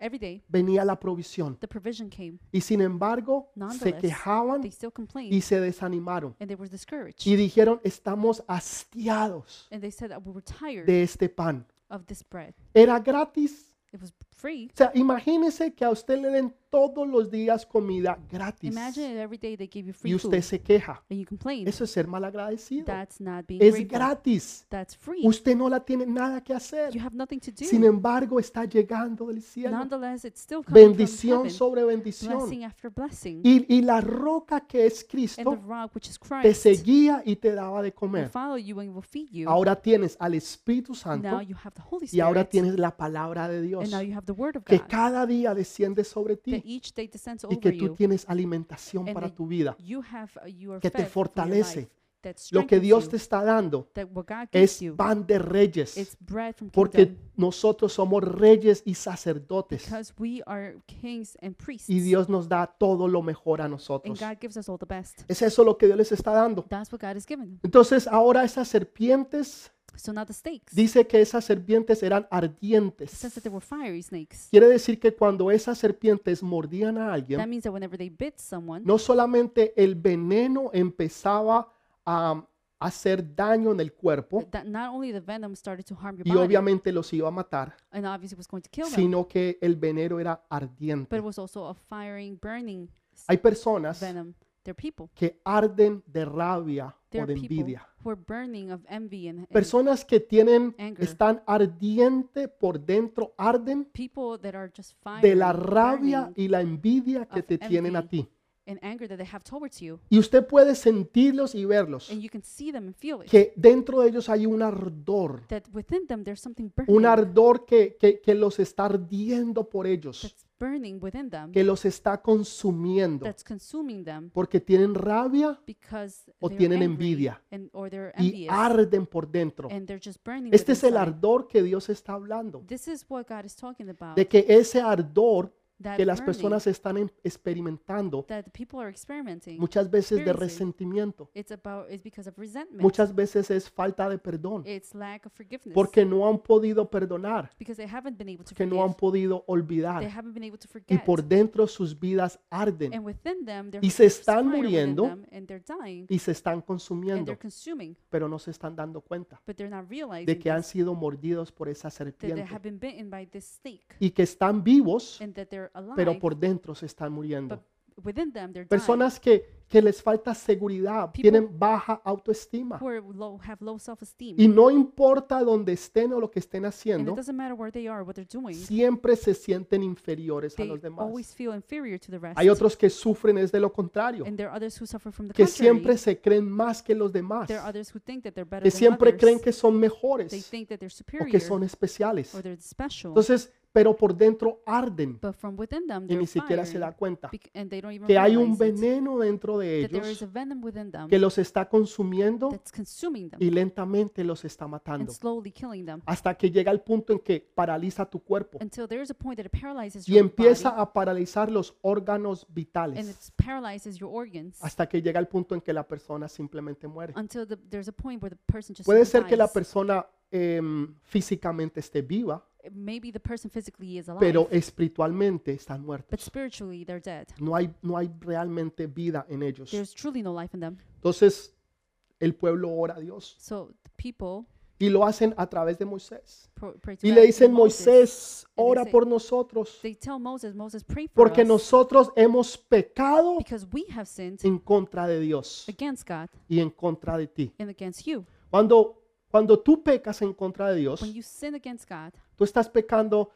Every day,
venía la provisión.
the provision came.
Y sin embargo, se
Nonetheless,
quejaban
They still complained,
y se desanimaron.
and they were discouraged.
Y dijeron, estamos hastiados
and they said that we were tired
de este pan.
of this bread.
Era gratis.
It was free.
O sea, imagínese que a usted le den todos los días comida gratis
Imagine if every day they gave you free
y usted
food
se queja.
and you complain.
Eso es ser malagradecido.
That's not being
Es
grateful.
gratis.
That's free.
Usted no la tiene nada que
You
hacer.
have nothing to do.
Sin embargo, está llegando del cielo.
Nonetheless, it's still coming from
Bendición
heaven.
sobre bendición.
blessing after blessing.
Y, y la roca que es
and the
Cristo
rock, which is
te
Christ,
seguía y te daba de
will
comer.
follow you and will feed you.
Ahora tienes al Espíritu
now
Santo
you have the Holy
y
Spirit.
ahora tienes la palabra de Dios
and now you have the Word of
que
God.
cada día desciende sobre
that
ti
each day descends
y
over
que tú
you.
tienes alimentación
and
para
that
tu vida.
You have, uh, you are
que te
fed for your
fortalece.
life, that
Lo que
strengthens
Dios
you,
te está dando
that what God gives
es
you,
pan de
it's
reyes,
bread from
porque
kingdom,
nosotros somos reyes y sacerdotes
because we are kings and priests,
y Dios nos da todo lo mejor a
and
nosotros.
God gives us all the best.
Es eso lo que Dios les está dando.
That's what God has given. them.
Entonces ahora esas serpientes,
So now the snakes. It
dice que esas serpientes eran
says
ardientes.
that they were fiery snakes.
Quiere decir que cuando esas serpientes mordían a alguien,
That means that whenever they bit someone,
no solamente el veneno empezaba a hacer daño en el cuerpo
that not only the venom started to harm your
y
body,
obviamente los iba a matar,
and obviously was going to kill them,
sino que el veneno era
but it
ardiente.
was also a firing, burning s-
Hay personas
venom. They're people.
que arden de rabia
They're
o de
people
envidia.
who are burning of envy and, and
Personas que tienen,
Anger.
están ardiente por dentro, arden
people that are just fire
de la rabia
burning,
y la envidia que
of
te tienen a
envy.
ti.
and anger that they have towards you
Y usted puede sentirlos y verlos,
and you can see them and feel it
que dentro de ellos hay un ardor,
that within them there's something burning
un ardor que, que- que los está ardiendo por ellos,
that's burning within them
que los está consumiendo,
that's consuming them
porque tienen rabia
because
o
they're
tienen
angry
envidia
and or they're
y
envious
arden por dentro.
and they're just burning
Este es
within
el
inside.
ardor que Dios está hablando,
this is what God is talking about
de que ese ardor
that
que las
burning
personas están en- experimentando
that the people are experimenting.
muchas veces de
experiencing.
resentimiento,
It's about it's because of resentment.
muchas veces es falta de perdón,
it's lack of forgiveness.
porque no han podido perdonar,
because they haven't been able to
que
forgive.
no han podido
they
olvidar
haven't been able to
y
forget.
por dentro sus vidas arden
and within them they're
y se están
fire within
muriendo
them, and they're dying
y se están
and
consumiendo,
they're consuming,
pero no se están dando cuenta
but they're not realizing
de que
this,
han sido mordidos por esa
that they
serpiente
have been bitten by this snake
y que están vivos,
and that they're alive,
pero por dentro se están muriendo.
but within them they're dying.
Personas que, que les falta seguridad,
People-
tienen baja autoestima.
Who are low, have low self-esteem,
Y no importa dónde estén o lo que estén
and it
haciendo,
doesn't matter where they are, what they're doing.
siempre se sienten inferiores a
They
los demás.
always feel inferior to the rest.
Hay otros que sufren es de lo contrario,
and there are others who suffer from the
que siempre
contrary.
se creen más que los demás,
There are others who think that they're better
que
than
siempre
others.
creen que son
they
mejores
think that they're
o
superior
que son especiales.
or they're special,
Entonces, pero por dentro arden
but from within them
y
they're
ni siquiera se
firing
da cuenta
bec- and they don't even
que hay un
realize it,
veneno dentro de
that there is
ellos
a venom within them
que los está consumiendo
that's consuming them
y lentamente los está matando
and slowly killing them
hasta que llega el punto en que paraliza tu cuerpo
until there is a point that it paralyzes
y
your body
empieza a paralizar los órganos
and it
vitales
paralyzes your organs
hasta que llega el punto en que la persona simplemente muere.
until the, there's a point where the person just
Puede
simply
ser que la
dies.
persona em, físicamente esté viva,
maybe the person physically is alive
pero espiritualmente están
but
muertos.
spiritually they're dead
No hay, no hay realmente vida en ellos.
there's truly no life in them
Entonces, el pueblo ora a Dios
so the people
y lo hacen a través de Moisés.
pro- pray to
Y
God
le
through
dicen, Moisés, ora
say-
por nosotros,
they tell Moses Moses pray for
porque
us
nosotros hemos pecado
because we have sinned
en contra de Dios
against God
y en contra de ti.
and against you.
Cuando, cuando tú pecas en contra de Dios,
When you sin against God,
tú estás pecando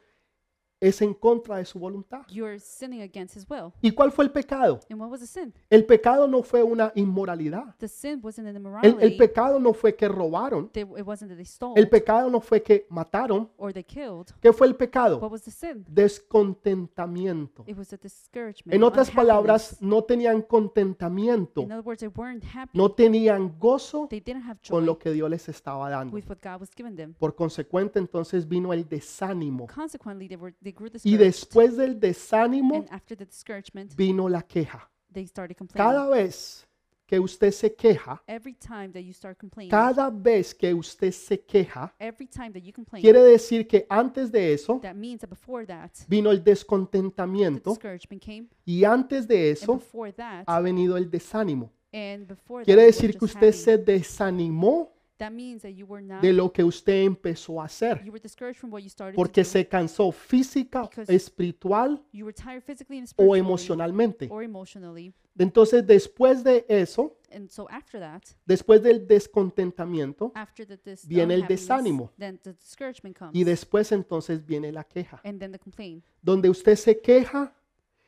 es en contra de su voluntad.
you're sinning against His will.
¿Y cuál fue el pecado?
And what was the sin?
El pecado no fue una inmoralidad.
The sin wasn't
El, el
an immorality.
pecado no fue que robaron.
They- it wasn't that they stole
El pecado no fue que mataron.
or they killed.
¿Qué fue el pecado?
What was the sin?
Descontentamiento.
It was a discouragement.
En otras palabras,
unhappiness.
no tenían contentamiento,
in other words, they weren't happy.
no tenían gozo
They didn't have joy
con lo que Dios les estaba dando.
with what God was giving them.
Por consecuente, entonces vino el desánimo.
Consequently, they were they grew
Y
discouraged.
después del desánimo
And after the discouragement,
vino la queja.
they started complaining.
Cada vez que usted se queja,
Every time that you start complaining,
cada vez que usted se queja,
every time that you complain,
quiere decir que antes de eso
that means that before that,
vino el
the
descontentamiento
discouragement came.
y antes de
And
eso
before that,
ha venido el desánimo.
And before
Quiere
that, you were
decir que
just
usted
happy.
se desanimó
That means that you were not.
de lo que usted empezó a hacer
you were discouraged from what you started. to
porque
do.
se cansó física,
Because-
espiritual
you were tired physically and
o
spiritually.
emocionalmente.
Or emotionally.
Entonces, después de eso,
And so after that,
después del descontentamiento
after the dis-
Viene el
unhappiness,
desánimo.
Then the discouragement comes.
y después entonces viene la queja.
and then the complaint,
donde usted se queja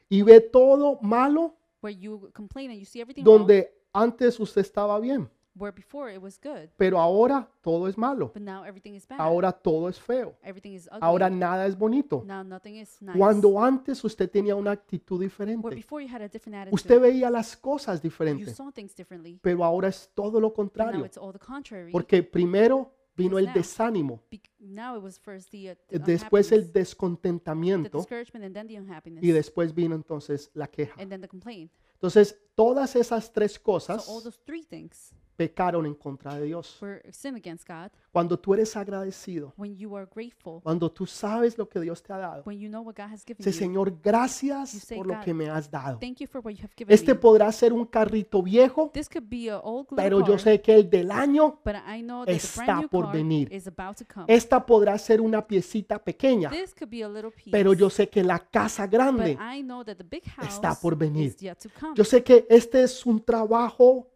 y ve todo malo
where you complain and you see everything wrong,
donde antes usted estaba bien,
where before it was good,
pero ahora todo es malo,
but now everything is bad.
ahora todo es feo,
everything is ugly.
ahora nada es bonito.
now nothing is nice.
Cuando antes usted tenía una actitud
where
diferente,
before you had a different attitude,
usted veía las cosas
you
diferentes,
saw things differently.
pero ahora es todo lo
But now
contrario,
it's all the contrary.
porque primero vino el
now.
desánimo,
Bec- now it was first the, uh, the
después
unhappiness.
el
the
descontentamiento
discouragement and then the unhappiness
y después vino entonces la queja.
and then the complaint
Entonces, todas esas tres
so
cosas
all those three things
pecaron en contra de Dios.
were sin against god
Cuando tú eres agradecido,
when you are grateful
cuando tú sabes lo que Dios te ha dado,
when you know what god has given
dice,
you
Señor,
You
gracias
say,
por lo
"God,
que me has dado.
thank you for what you have given
Este
me
podrá ser un carrito viejo,
this could be an old little
pero yo
car,
sé que el del año,
but i know that the
está
brand new
por
car
venir.
is about to come
esta podrá ser una piecita pequeña,
this could be a little piece
pero yo sé que la casa grande,
but i know that the big house
está por venir.
is yet to come
yo sé que este es un trabajo,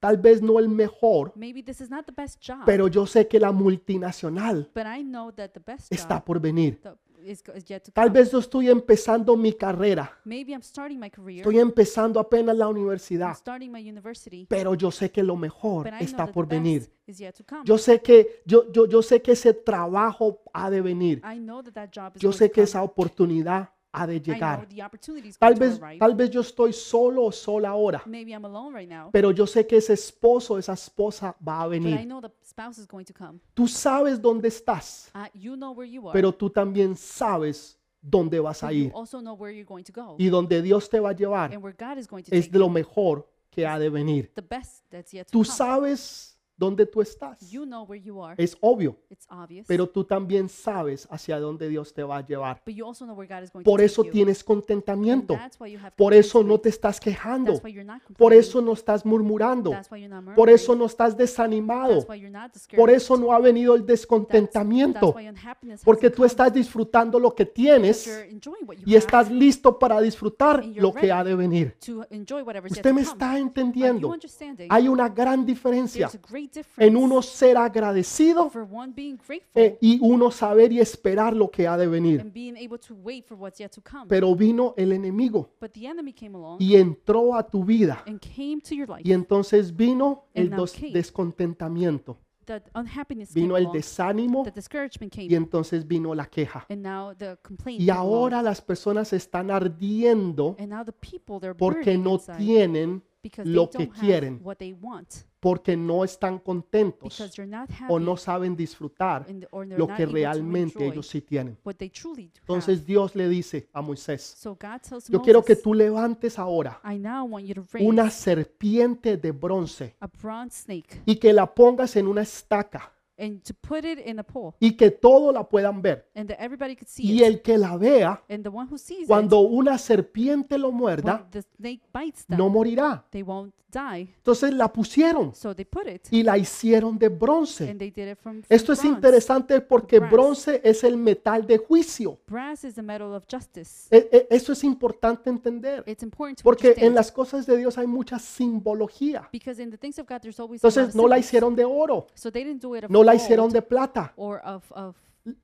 tal vez no el mejor,
maybe this is not the best job
pero yo sé que la multinacional
but i know that the best
está
job
por venir.
the- is, go- is yet to
Tal
come
vez yo estoy empezando mi carrera,
maybe i'm starting my career
estoy empezando apenas la
i'm
universidad,
starting my university
pero yo sé que lo mejor
but I know
está
that
por
the best
venir.
is yet to come.
Yo sé que yo, yo, yo sé que ese trabajo ha de venir.
I know that that job is
Yo
going
sé
to
que
come.
esa oportunidad ha de
I know
llegar.
the opportunity is
Tal
going
vez
to arrive.
tal vez yo estoy solo o sola ahora,
Maybe I'm alone right now,
pero yo sé que ese esposo, esa esposa va a
but I
venir.
know the spouse is going to come.
Tú sabes dónde estás,
Uh, you know where you are,
pero tú también sabes dónde vas
but
a
you
ir
also know where you're going to go
y donde Dios te va a llevar
and where God is going to
es
take
de lo
you.
mejor que ha de venir.
The best that's yet to
Tú
come.
sabes dónde tú estás.
You know where you are.
Es obvio,
It's obvious.
pero tú también sabes hacia dónde Dios te va a llevar.
But you also know where God is going
Por
to
eso
take you.
tienes
And
contentamiento.
that's why you have
Por eso no
contentment.
te estás quejando.
That's why you're not
Por
complaining.
eso no estás murmurando.
That's why you're not
Por eso
murmuring.
no estás desanimado.
That's why you're not discouraged.
Por eso no ha venido el
That's- that's
descontentamiento.
why unhappiness
Porque
hasn't
tú
come,
estás disfrutando lo que
because
tienes
you're enjoying what you
y
have
estás listo para disfrutar
and you're
lo que ha de venir.
to enjoy whatever's yet
Usted me
to come.
está
Are you
entendiendo.
understanding?
Hay una gran diferencia
There's a great difference
en uno ser agradecido
for one being grateful
eh, y uno saber y esperar lo que ha de venir.
and being able to wait for what's yet to come.
Pero vino el enemigo
but the enemy came along
y entró a tu vida.
and came to your life.
Y entonces vino el
And now
dos-
came.
descontentamiento,
That unhappiness came
vino el
along.
desánimo
The discouragement came.
y entonces vino la queja.
and now the complaint
Y
came along.
ahora las personas están ardiendo
And now the people they're
porque
burning
no
inside
tienen,
because
lo
they
que
don't
quieren.
have what they want
porque no están
because
contentos
they're not happy
o no saben disfrutar
and, or they're
lo
not
que
able to
realmente
enjoy
ellos sí tienen.
what they truly do have.
Entonces Dios le dice a Moisés,
So God tells
yo quiero que
Moses,
tú levantes ahora
I now want you to raise
una serpiente de bronce
a bronze snake
y que la pongas en una estaca
and to put it in a pole
y que todo la puedan ver.
and that everybody could see
Y
it.
el que la vea
And the one who sees
cuando una serpiente lo
it,
muerda,
when the snake bites them,
no morirá.
they won't die.
Entonces la pusieron
So they put it
y la hicieron de bronce.
and they did it from, from
Esto es
bronze.
interesante porque
Brass.
bronce es el metal de juicio.
Brass is the metal of justice.
E- e- Eso es importante entender
It's important to
porque en
understand
las cosas de Dios hay mucha simbología.
because in the things of God there's always a lot
Entonces
of
no la
symbols.
hicieron de oro,
So they didn't do it of
no la
gold
hicieron de plata,
or of, of,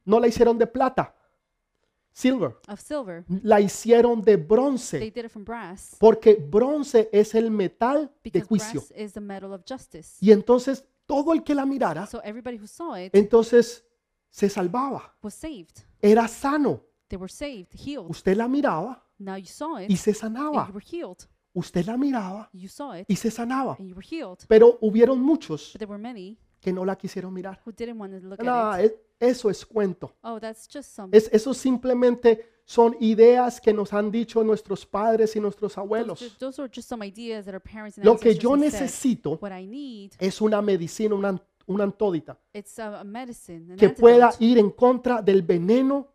no la hicieron de plata, silver,
of silver.
la hicieron de
They
bronce
did it from brass
porque bronce es el metal de
because
juicio.
brass is the metal of justice.
Y entonces todo el que la mirara,
So everybody who saw it
entonces se salvaba,
was saved.
era sano.
They were saved, healed.
Usted la miraba
Now you saw it
y se
and you
sanaba.
were healed.
Usted la miraba
You saw it
y se sanaba.
and you were healed.
Pero hubieron muchos
But there were many
que no la quisieron mirar.
who didn't want to look
No,
at it.
es- eso es cuento.
Oh, that's just some.
Es, eso simplemente son ideas que nos han dicho nuestros padres y nuestros
Those, ju-
abuelos.
those are just some ideas that our parents and
Lo que
ancestors
yo
have said.
necesito
What I need,
es una medicina, una, an- una antódita,
it's a, a medicine, an
que pueda
antidote
ir en contra del veneno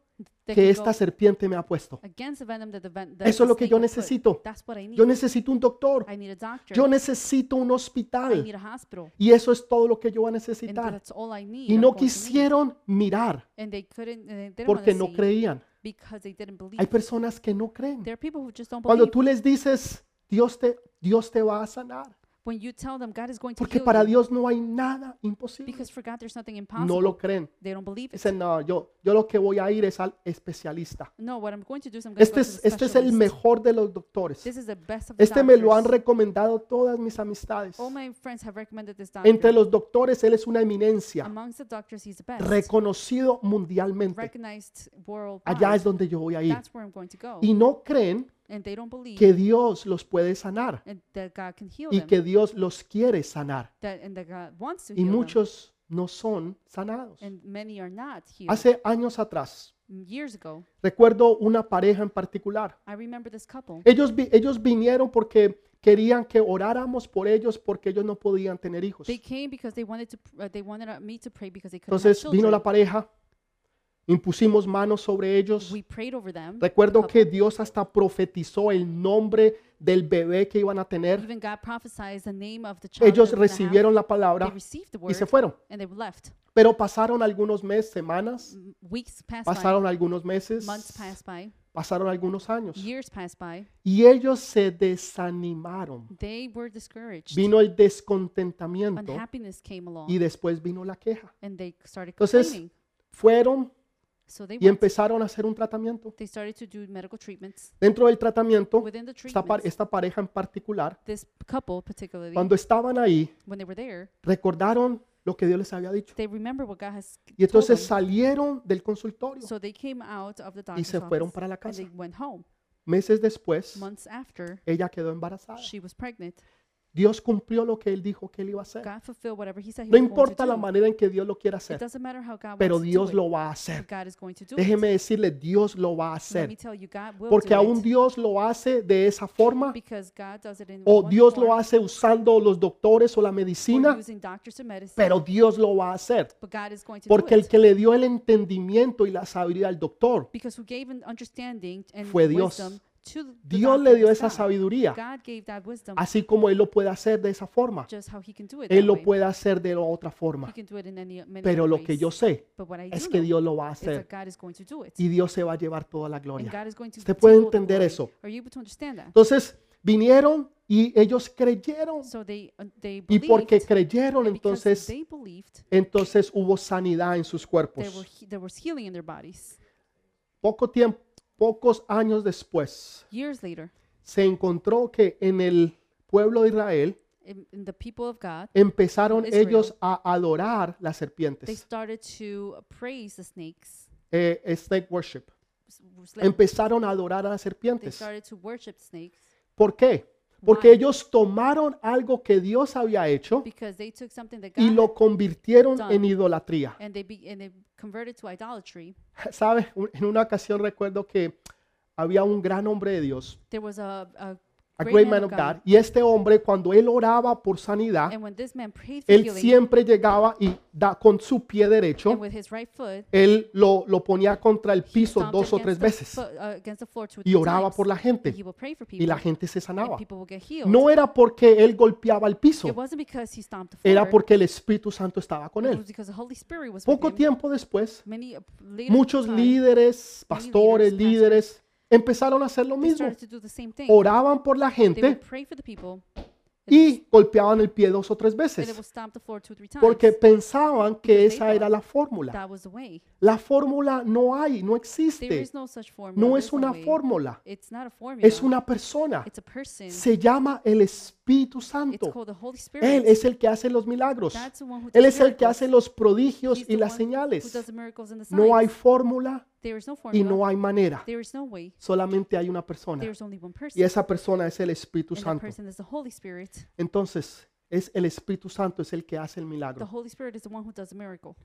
that
que
can
esta
go
serpiente me ha puesto.
against the venom that the ven- that
Eso es
the
lo que
snake
yo
would put.
necesito.
That's what I need.
Yo necesito un doctor,
I need a doctor.
yo necesito un
I need
hospital
a hospital.
y eso es todo lo que yo voy a
And
necesitar.
that's all I need.
Y
I'm
no
going to need.
quisieron mirar
And they couldn't, and they didn't wanna
porque no
see
creían.
because they didn't believe.
Hay personas que no creen.
There are people who just don't
Cuando
believe.
tú les dices, Dios te, Dios te va a sanar.
when you tell them God is going to
Porque
heal
para
you,
Dios no hay nada imposible.
because for God there's nothing
No
impossible,
lo creen.
they don't believe it.
Dicen, no, yo, yo lo que voy a ir es al especialista.
No, what I'm going to do is I'm going
Este
to go to
es,
the
este es el
specialist.
mejor de los doctores.
This is the best of the
Este me lo han
doctors.
recomendado todas mis amistades.
All my friends have recommended this doctor.
Entre los doctores, él es una eminencia,
Amongst the doctors, he's the best.
reconocido mundialmente.
Recognized worldwide.
Allá es donde yo voy a ir.
That's where I'm going to go.
Y no creen
and they don't believe
que Dios los puede sanar
and that God can heal
y
them.
que Dios los quiere sanar.
that, and that God wants to
Y
heal them.
muchos no son sanados.
And many are not healed.
Hace años atrás,
Years ago,
recuerdo una pareja en particular.
I remember this couple.
Ellos, vi- ellos vinieron porque querían que oráramos por ellos porque ellos no podían tener hijos.
They came because they wanted to. pr- Uh, they wanted uh, me to pray because they couldn't have
Entonces vino
children.
la pareja, impusimos manos sobre ellos.
We prayed over them.
Recuerdo
the
que Dios hasta profetizó el nombre del bebé que iban a tener.
Even God prophesied the name of the child.
Ellos
that was gonna have.
recibieron la
They
palabra
received the
y
word
se fueron.
and they left.
Pero pasaron algunos meses, semanas,
M- Weeks passed
pasaron algunos meses,
by. Mm, Months passed Mm. by.
pasaron algunos años.
Years passed by.
Y ellos se desanimaron.
They were discouraged.
Vino el descontentamiento
Unhappiness came along
y después vino la queja.
and they started
Entonces,
complaining.
Fueron
So they
y
went.
empezaron a hacer un tratamiento.
They started to do medical treatments.
Dentro del tratamiento,
Within the
esta, par-
treatments,
esta pareja en particular,
this couple particularly,
cuando estaban ahí,
when they were there,
recordaron lo que Dios les había dicho.
they remember what God
Y
has told them.
entonces salieron del consultorio.
So they came out of the
Y
doctor's
se fueron
office
para la
and
casa.
they went home.
Meses después,
Months after,
ella quedó embarazada.
she was pregnant.
Dios cumplió lo que él dijo que él iba a hacer.
God fulfilled whatever He said He
No
was going to
importa la
do.
manera en que Dios lo quiera
It
hacer,
doesn't matter how God
pero
wants to
Dios
do
lo va a
it.
hacer.
God is going to do
Déjeme
it.
decirle, Dios lo va a
Let me
hacer.
tell you, God will
Porque
do
aún
it
Dios lo hace de esa forma,
because God does it in
o
one
Dios lo
form
hace usando los doctores o la
or
medicina,
using doctors and medicine,
pero Dios lo va a hacer.
but God is going to do
Porque el
it.
que le dio el entendimiento y la sabiduría al doctor,
Because who gave an understanding and
fue Dios.
wisdom to the
Dios
doctor
le dio
was
esa
God.
sabiduría,
God gave that wisdom
así como Él lo puede hacer de esa forma.
just how he can do it.
Él
that
lo
way.
puede hacer de otra
He
forma.
can do it in any many
Pero
other
lo que
ways.
yo sé
But what I
es
do
que
know
Dios lo va a
is that
hacer
God is going to do it.
y Dios se va a llevar toda la
And
gloria.
God is going to
Usted
take
puede
all the
entender
glory.
eso.
Are you able to understand that?
Entonces vinieron y ellos creyeron.
So they uh, they
Y
believed
porque
and
creyeron,
because
entonces,
they believed
entonces hubo sanidad en sus
there were
cuerpos.
he- there was healing in their bodies.
Poco tiempo, pocos años después,
Years later,
se encontró que en el pueblo de Israel
in, in the people of God,
empezaron
Israel.
ellos a adorar las
they
serpientes.
started to praise the snakes.
eh, snake worship.
s- sla-
Empezaron a adorar a las
They
serpientes.
started to worship snakes
¿Por qué? Porque
Why?
ellos tomaron algo que Dios había hecho
because they took something that
y
God
lo convirtieron
done.
en idolatría.
and they be, and they converted to idolatry.
¿Sabe? Un- En una ocasión recuerdo que había un gran hombre de Dios,
There was a, a
a great man of God, y este hombre cuando él oraba por sanidad,
And when this man prayed for
él
healing,
siempre llegaba y da con su pie
and
derecho,
with his right foot,
él lo, lo ponía contra el piso
stomped
dos o tres
against the
veces
foot- uh, against the floor two or
y
three
oraba
times,
por la
and
gente
he will pray for people,
y la gente se
and
sanaba.
people will get healed.
No era porque él golpeaba el piso,
it wasn't because he stomped the floor.
era porque el Espíritu Santo estaba con
it
él.
was because the Holy Spirit was
Poco
with him.
tiempo después,
Many uh, later
muchos
time,
líderes, pastores,
pastors,
líderes, empezaron a hacer lo
they
mismo.
started to do the same thing.
Oraban por la
they would
gente
pray for the people,
y golpeaban el pie dos o tres
and it
veces
would stomp the floor two or three times.
porque pensaban que
Because they
esa era
thought
la fórmula.
that was the way.
La fórmula no hay, no
There
existe.
is no such formula.
Este, No
there
es
is no
una
way.
fórmula,
It's not a formula.
es una persona.
it's a person.
Se llama el Espíritu
It's
Santo.
called the Holy Spirit.
Él es el que hace los milagros.
That's the one who
Él
does
es el que
miracles.
hace los prodigios
He's
y
the
las
one who
señales.
does the miracles and the
No hay
signs.
fórmula
There is no
y
formula.
no hay manera.
There is no way.
Solamente hay una persona.
There is only one person.
Y esa persona es el Espíritu
and that
Santo.
person is the Holy Spirit.
Entonces, es el Espíritu Santo es el que hace el
The
milagro.
Holy Spirit is the one who does the miracle.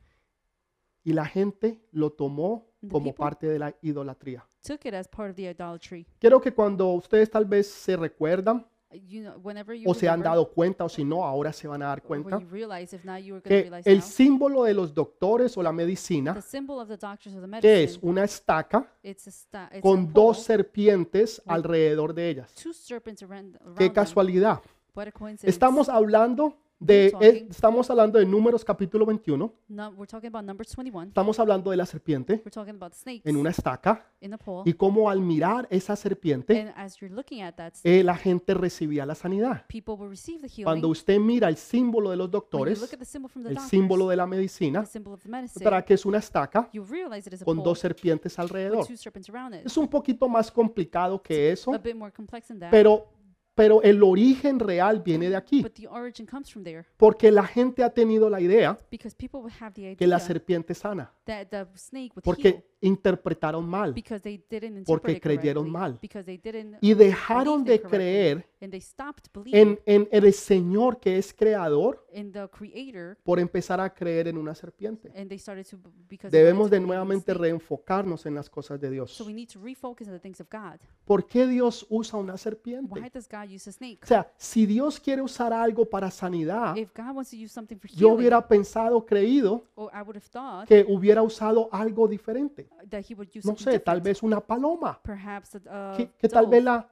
Y la gente lo tomó
The
como
people-
parte de la idolatría.
Took it as part of the idolatry.
Quiero que cuando ustedes tal vez se recuerdan
Uh, You know, whenever you
o se han
remember,
dado cuenta o si no, ahora se van a dar
or when
cuenta
you realize, if not, you are going to
que
realize
el
now,
símbolo de los doctores o la
the
medicina,
symbol of the doctors of the
que es
medicine,
una estaca
it's a, sta- it's a
con
pole,
dos serpientes alrededor de ellas.
two serpents around, around
Qué
them.
casualidad.
What a coincidence.
Estamos hablando de eh,
Keep talking.
estamos hablando de Números capítulo 21.
No, we're talking about Numbers 21.
Estamos hablando de la serpiente
We're talking about snakes
en una estaca
in the pole.
y cómo al mirar esa serpiente
And as you're looking at that,
eh, la gente recibía la sanidad.
people will receive the healing.
Cuando usted mira el símbolo de los
when you look
doctores,
at the symbol from the
el
doctors,
símbolo de la medicina,
the symbol of the medicine,
notará que es una estaca
you realize it is a
con
pole
dos serpientes
with
alrededor.
two serpents around it.
Es un poquito más complicado que eso,
a bit more complex than that,
pero pero el origen real viene de aquí,
but the origin comes from there
porque la gente ha tenido la idea
because people would have the
que la
idea
serpiente sana,
that the snake would heal
porque interpretaron mal.
because they didn't
porque
interpret it
creyeron
correctly,
mal.
because they didn't
y dejaron
believed
de
incorrectly,
creer
and they stopped believing
en, en el Señor que es creador
in the creator
por empezar a creer en una serpiente.
and they started to b- because they wanted
Debemos
to
de
believe in the
nuevamente
snake.
reenfocarnos en las cosas de Dios.
so we need to refocus on the things of God
¿Por qué Dios usa una
why
serpiente?
does God use a snake
O sea, si Dios quiere usar algo para sanidad,
if God wants to use something for
yo
healing
hubiera pensado, creído
or I would have thought
que hubiera usado algo diferente.
that he would use
No
something
sé, tal
different.
vez una paloma,
perhaps a, a
que, que tal
dove,
vez la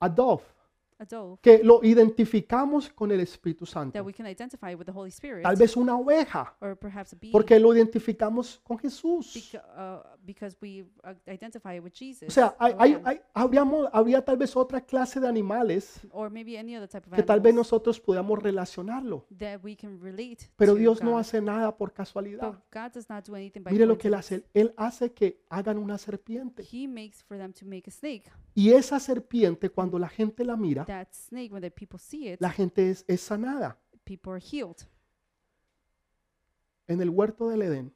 a dove,
a dove
que lo identificamos con el Espíritu
that
Santo.
we can identify with the Holy Spirit
Tal vez una oveja,
or perhaps a bee
porque lo identificamos con Jesús.
Beca- uh, because we uh, identify it with Jesus.
O sea, hay,
or
hay-
them,
hay- habríamos- habría tal vez otra clase de animales
or maybe any other type of
que tal vez
animals
nosotros podamos relacionarlo,
that we can relate
pero
to
Dios
God.
no hace nada por casualidad.
But God does not do anything by
Mire lo que Él hace,
coincidence.
Él hace que hagan una serpiente.
He makes for them to make a snake.
Y esa serpiente, cuando la gente la mira,
That snake, when the people see it,
¿Ah? la gente es, es sanada.
people are healed.
En el huerto del Edén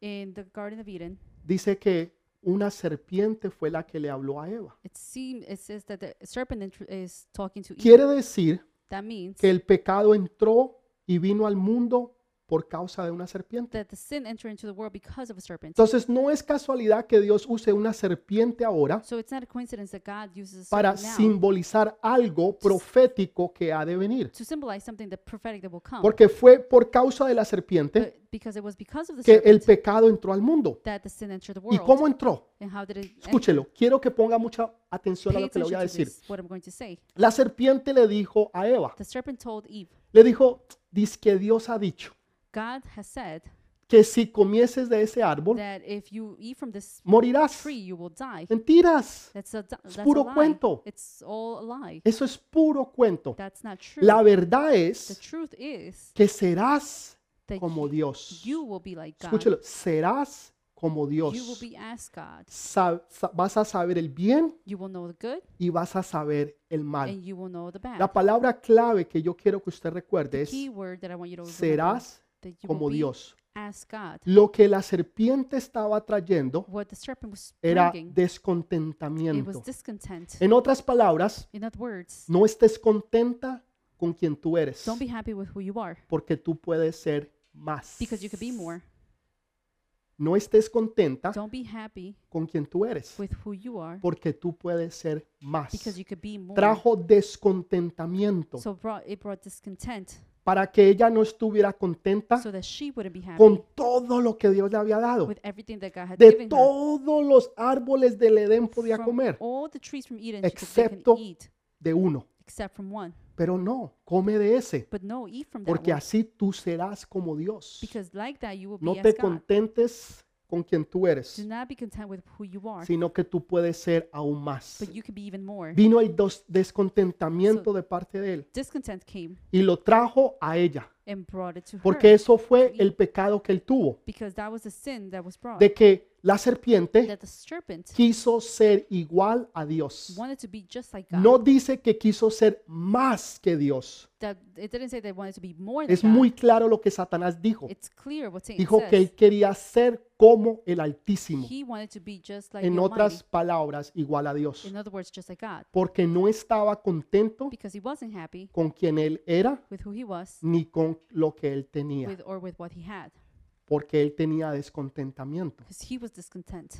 In the Garden of Eden,
dice que una serpiente fue la que le habló a Eva.
it seems it says that the serpent intr- is talking to Eve.
Quiere decir
That means
que el pecado entró y vino al mundo por causa de una serpiente.
that the sin entered into the world because of a serpent.
Entonces no es casualidad que Dios use una serpiente ahora
So it's not a coincidence that God uses a
para
serpent now
simbolizar algo profético que ha de venir.
to symbolize something that prophetic that will come.
Porque fue por causa de la serpiente
But because it was because of the
que el
serpent
pecado entró al mundo.
that the sin entered the
¿Y
world.
cómo entró?
and how did it enter?
Escúchelo, quiero que ponga mucha atención a
Pay
lo que le voy
attention
a
to
decir.
this, what I'm going to say.
La serpiente le dijo a Eva,
The serpent told Eve,
le dijo, dice que Dios ha dicho
God has said
que si comieses de ese árbol,
that if you eat from this
morirás.
tree, you will die.
Mentiras.
That's a, that's a
puro
lie.
cuento.
It's all a lie.
Eso es puro cuento.
That's not true.
La verdad
the
es
truth is
que serás
that
como Dios.
you will be like God.
Escúchelo, serás como
You will
Dios.
be as God.
Sa- sa- vas a saber el bien
You will know the good
y vas a saber el mal.
and you will know the bad.
La palabra clave que yo quiero que usted recuerde es
Key word that I want you to remember
serás
that you
como
will be
Dios.
as God.
Lo que la serpiente estaba trayendo
What the serpent was
era
bringing, it was
descontentamiento.
discontent.
En otras palabras,
In other words,
no estés contenta con quien tú eres,
don't be happy with who you are
porque tú puedes ser más.
because you could be more.
No estés contenta
Don't be happy
con quien tú eres,
with who you are
porque tú puedes ser más.
because you could be more.
Trajo descontentamiento
So brought, it brought discontent
para que ella no estuviera contenta
so that she wouldn't be happy
con todo lo que Dios le había dado.
with everything that God had
De
given her.
todos los árboles del Edén podía
from
comer,
all the trees from Eden she could pick and
Excepto-
eat,
de uno.
except from one.
Pero no, come de ese,
But no, eat from that
porque
one.
así tú serás como Dios.
Because like that, you will be
No
as
te
God.
contentes con quien tú
Do
eres,
not be content with who you are,
sino que tú puedes ser aún más.
but you can be even more.
Vino el dos- descontentamiento de parte de él
Discontent came
y lo trajo a ella,
and brought it to
porque
her
eso fue el pecado que él tuvo,
because that was the sin that was brought.
de que la serpiente
that the serpent
quiso ser igual a Dios.
wanted to be just like God.
No dice que quiso ser más que Dios.
That it didn't say they wanted to be more than
Es
God.
muy claro lo que Satanás dijo.
It's clear what Satan
Dijo que
says.
él quería ser como el Altísimo.
He wanted to be just like
En
the Almighty.
otras palabras, igual a Dios.
In other words, just like God,
Porque no estaba contento
because he wasn't happy
con quien él era
with who he was,
ni con lo que él tenía.
with or with what he had,
Porque él tenía descontentamiento.
because he was discontent.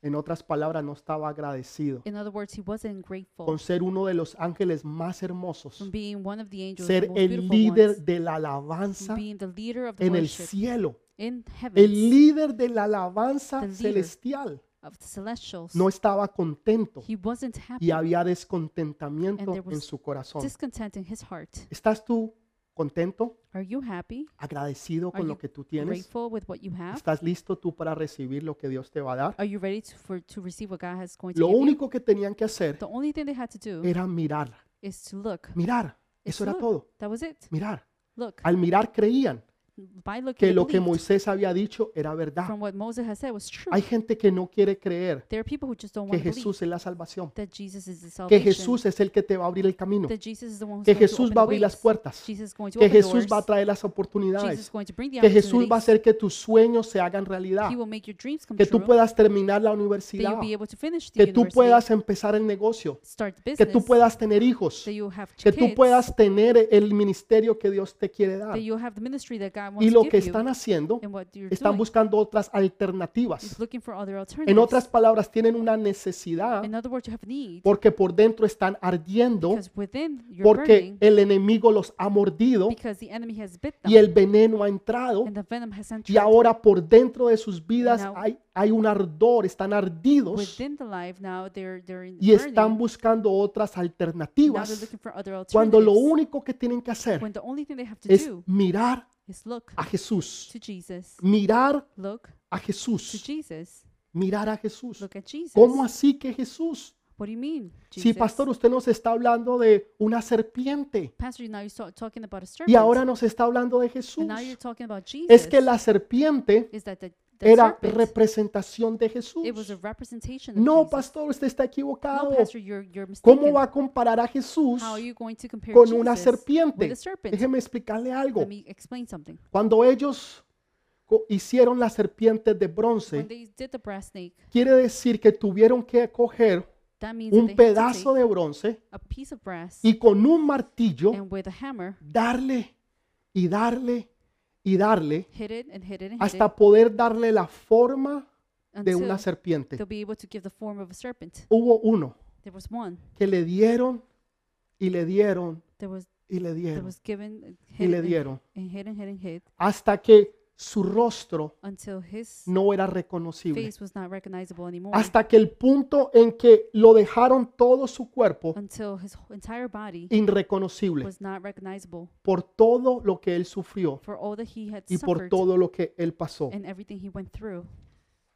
En otras palabras, no estaba agradecido
In other words, he wasn't grateful
con ser uno de los ángeles más
from
hermosos.
being one of the angels, the
Ser
most
el
beautiful
líder
ones,
de la
from
alabanza
being the leader of the
en el
worship
cielo.
in
El
heaven
líder de la alabanza
The leader.
celestial
of the celestials.
no estaba contento
He wasn't
y
happy,
había descontentamiento
And there
en
was
su corazón.
discontent in his heart.
¿Estás tú contento,
Are you happy?
agradecido
Are
con lo
you
que tú tienes?
Grateful with what you have?
¿Estás listo tú para recibir lo que Dios te va a dar?
Are you ready to, for, to receive what God has going to
Lo
give you?
único que tenían que hacer
The only thing they had to do
era mirar,
is to look.
mirar.
Is
Eso era
look.
todo,
That was it.
mirar.
Look.
Al mirar creían
By looking
que
they
lo que
believed
Moisés había dicho era verdad.
from what Moses has said was true.
Hay gente que no quiere creer
There are people who just don't
que
want to believe
Jesús es la salvación,
that Jesus is the
que
salvation.
Jesús es el que te va a abrir el camino,
that Jesus is the one who's
que
going to
Jesús
open
va a
the
abrir las
ways.
puertas,
Jesus is going to
que
open
Jesús va a
doors.
traer las
Jesus is
oportunidades,
going to bring the
que Jesús va a
opportunities.
hacer que tus sueños se hagan realidad,
He will make your dreams come
que
true.
tú puedas terminar la
that you'll
universidad,
be able to finish the
que tú
university,
puedas empezar el negocio,
start the
que
business,
tú puedas tener hijos,
that you'll have
que tú
kids,
puedas tener el ministerio que Dios te quiere dar.
that you'll have the ministry that God wants
Y lo
to
que
give you.
están haciendo,
and what you're
están
doing
buscando otras
is
alternativas.
looking for other alternatives.
En otras palabras, tienen una necesidad
In other words, you have need
porque por dentro están ardiendo,
because within you're
porque
burning
el enemigo los ha mordido
because the enemy has bit them
y el veneno ha entrado.
and the venom has entered
Y ahora por dentro de sus vidas
Now-
hay, hay un ardor, están ardidos
within the life. Now they're they're in
y están
burning.
buscando otras
Now they're
alternativas.
looking for other
Cuando lo
alternatives.
único que tienen que hacer
When the only thing they have to
es
do
mirar
is look
a Jesús,
to Jesus,
mirar
look
a
to
Jesús,
Jesus,
mirar a Jesús.
look at Jesus.
¿Cómo así que Jesús?
What do you mean,
Si
Jesus?
pastor, usted nos está hablando de una serpiente
Pastor, now you're so- talking about a serpent.
y ahora nos está hablando de Jesús.
and now you're talking about Jesus.
Es que la serpiente
is that the, the
era
serpent,
representación de Jesús.
it was a representation of
No,
Jesus.
pastor, usted está equivocado.
No, Pastor, you're, you're
¿Cómo
mistaken.
va a comparar a Jesús
How are you going to compare
con una
Jesus
serpiente?
with a serpent?
Déjeme explicarle algo.
Let me explain something.
Cuando ellos co- hicieron las serpientes de
When
bronce,
they did the brass snake,
quiere decir que tuvieron que coger
That means
un
that they had to
pedazo
take
de bronce
a piece of brass
y con un martillo
and with a hammer
darle y darle y darle
hit it and hit it and hit it
hasta poder darle la forma de
until
una serpiente.
they'll be able to give the form of a serpent.
Hubo uno
There was one.
que le dieron y le dieron
There was
y le
that
dieron
was given uh,
y
hit
le
and,
dieron
and hit and hit and hit
hasta que su rostro
until his
no era reconocible.
face was not recognizable anymore.
Hasta que el punto en que lo dejaron todo su cuerpo
Until his wh- entire body
irreconocible
was not recognizable
por todo lo que él sufrió
for all that he had
y por
suffered
todo lo que él pasó.
and everything he went through.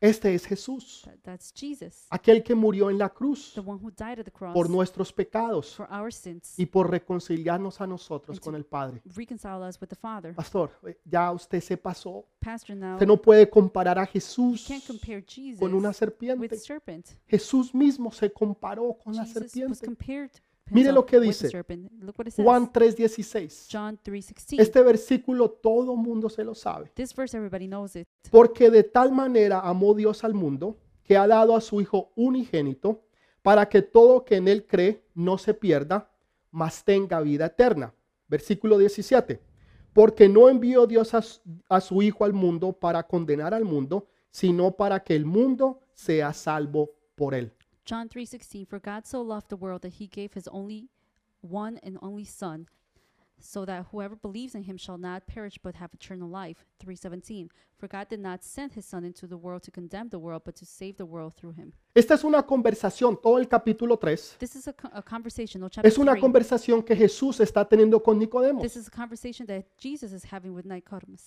Este es Jesús,
That, that's Jesus,
aquel que murió en la cruz
the one who died at the cross
por nuestros pecados
for our sins
y por reconciliarnos a nosotros con el Padre.
reconcile us with the Father.
Pastor, eh, ya usted se pasó.
Pastor, now
Usted no puede comparar a Jesús
can't compare Jesus
con una
with
serpiente.
serpent.
Jesús mismo se comparó con la
Jesus was
serpiente.
compared
Mire
himself
lo que
with the
dice.
serpent. Look what it says.
Juan 3:16.
John 3:16.
Este versículo todo mundo se lo sabe.
this verse everybody knows it.
Porque de tal manera amó Dios al mundo que ha dado a su Hijo unigénito para que todo que en él cree no se pierda, mas tenga vida eterna. Versículo 17. Porque no envió Dios a su, a su Hijo al mundo para condenar al mundo, sino para que el mundo sea salvo por él.
John 3:16 For God so loved the world that he gave his only one and only son so that whoever believes in him shall not perish but have eternal life. 3:17 For God did not send his son into the world to condemn the world but to save the world through him.
Esta es una conversación, todo el capítulo 3.
This is a, co- a conversation, no chapter
Es una
3.
conversación que Jesús está teniendo con Nicodemo.
this is a conversation that Jesus is having with Nicodemus.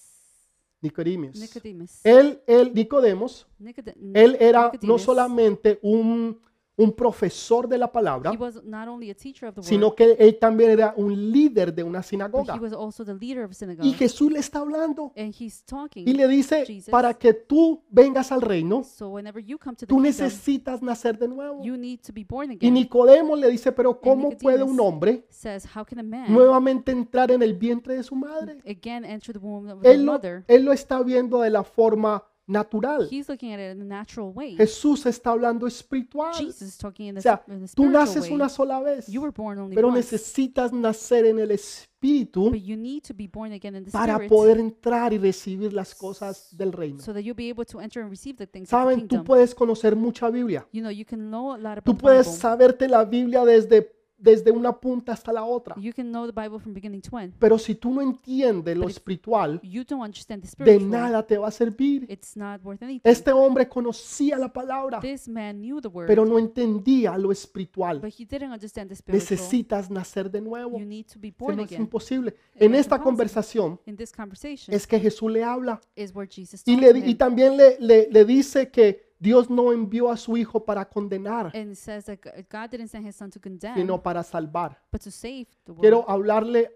Nicodemus.
Nicodemus.
Él, él, Nicodemos,
Nicode-
Él era no
Nicodemus.
solamente un, un profesor de la palabra,
He was not only a teacher of the
sino
word,
que él también era un líder de una
but he
sinagoga.
was also the leader of
Y
synagogue.
Jesús le está hablando
and he's talking.
y le dice,
Jesus.
para que tú vengas al reino,
so whenever you come to the
tú
kingdom,
necesitas nacer de nuevo.
you need to be born
Y
again.
Nicodemo le dice, pero ¿cómo
Nicodemus
puede un hombre
says, How can a man
nuevamente entrar en el vientre de su madre?
again enter the womb of the
Él lo,
mother?
él lo está viendo de la forma natural.
He's looking at it in a natural way.
Jesús está hablando espiritual.
Jesus is talking in
O
the,
sea,
in the
tú
spiritual
naces
way.
una sola vez.
you were born only
pero
once,
necesitas nacer en el espíritu
but you need to be born again in the
para
spirit
poder entrar y recibir las cosas del reino.
so that you'll be able to enter and receive the things of the
Saben, tú
kingdom.
puedes conocer mucha Biblia.
you know, you can know a lot about
Tú
the Bible.
puedes saberte la Biblia desde, desde una punta hasta la otra.
You can know the Bible from beginning to end.
Pero si tú no entiendes lo
But if-
espiritual,
You don't understand the
de
spiritual. eh,
nada te va a servir.
It's not worth anything.
Este hombre conocía la palabra,
This man knew the word,
pero no entendía lo espiritual.
but he didn't understand the spiritual.
Necesitas nacer de nuevo.
You need to be
Eso
born
no es
again.
imposible.
It
En
was
esta
impossible.
conversación
In this conversation
es que Jesús le habla.
is where Jesus
Y,
talked
le,
to
di- y
him
también le, le- le dice que Dios no envió a su hijo para condenar,
and says that G- God didn't send his son to condemn,
sino para salvar.
but to save the world.
Quiero hablarle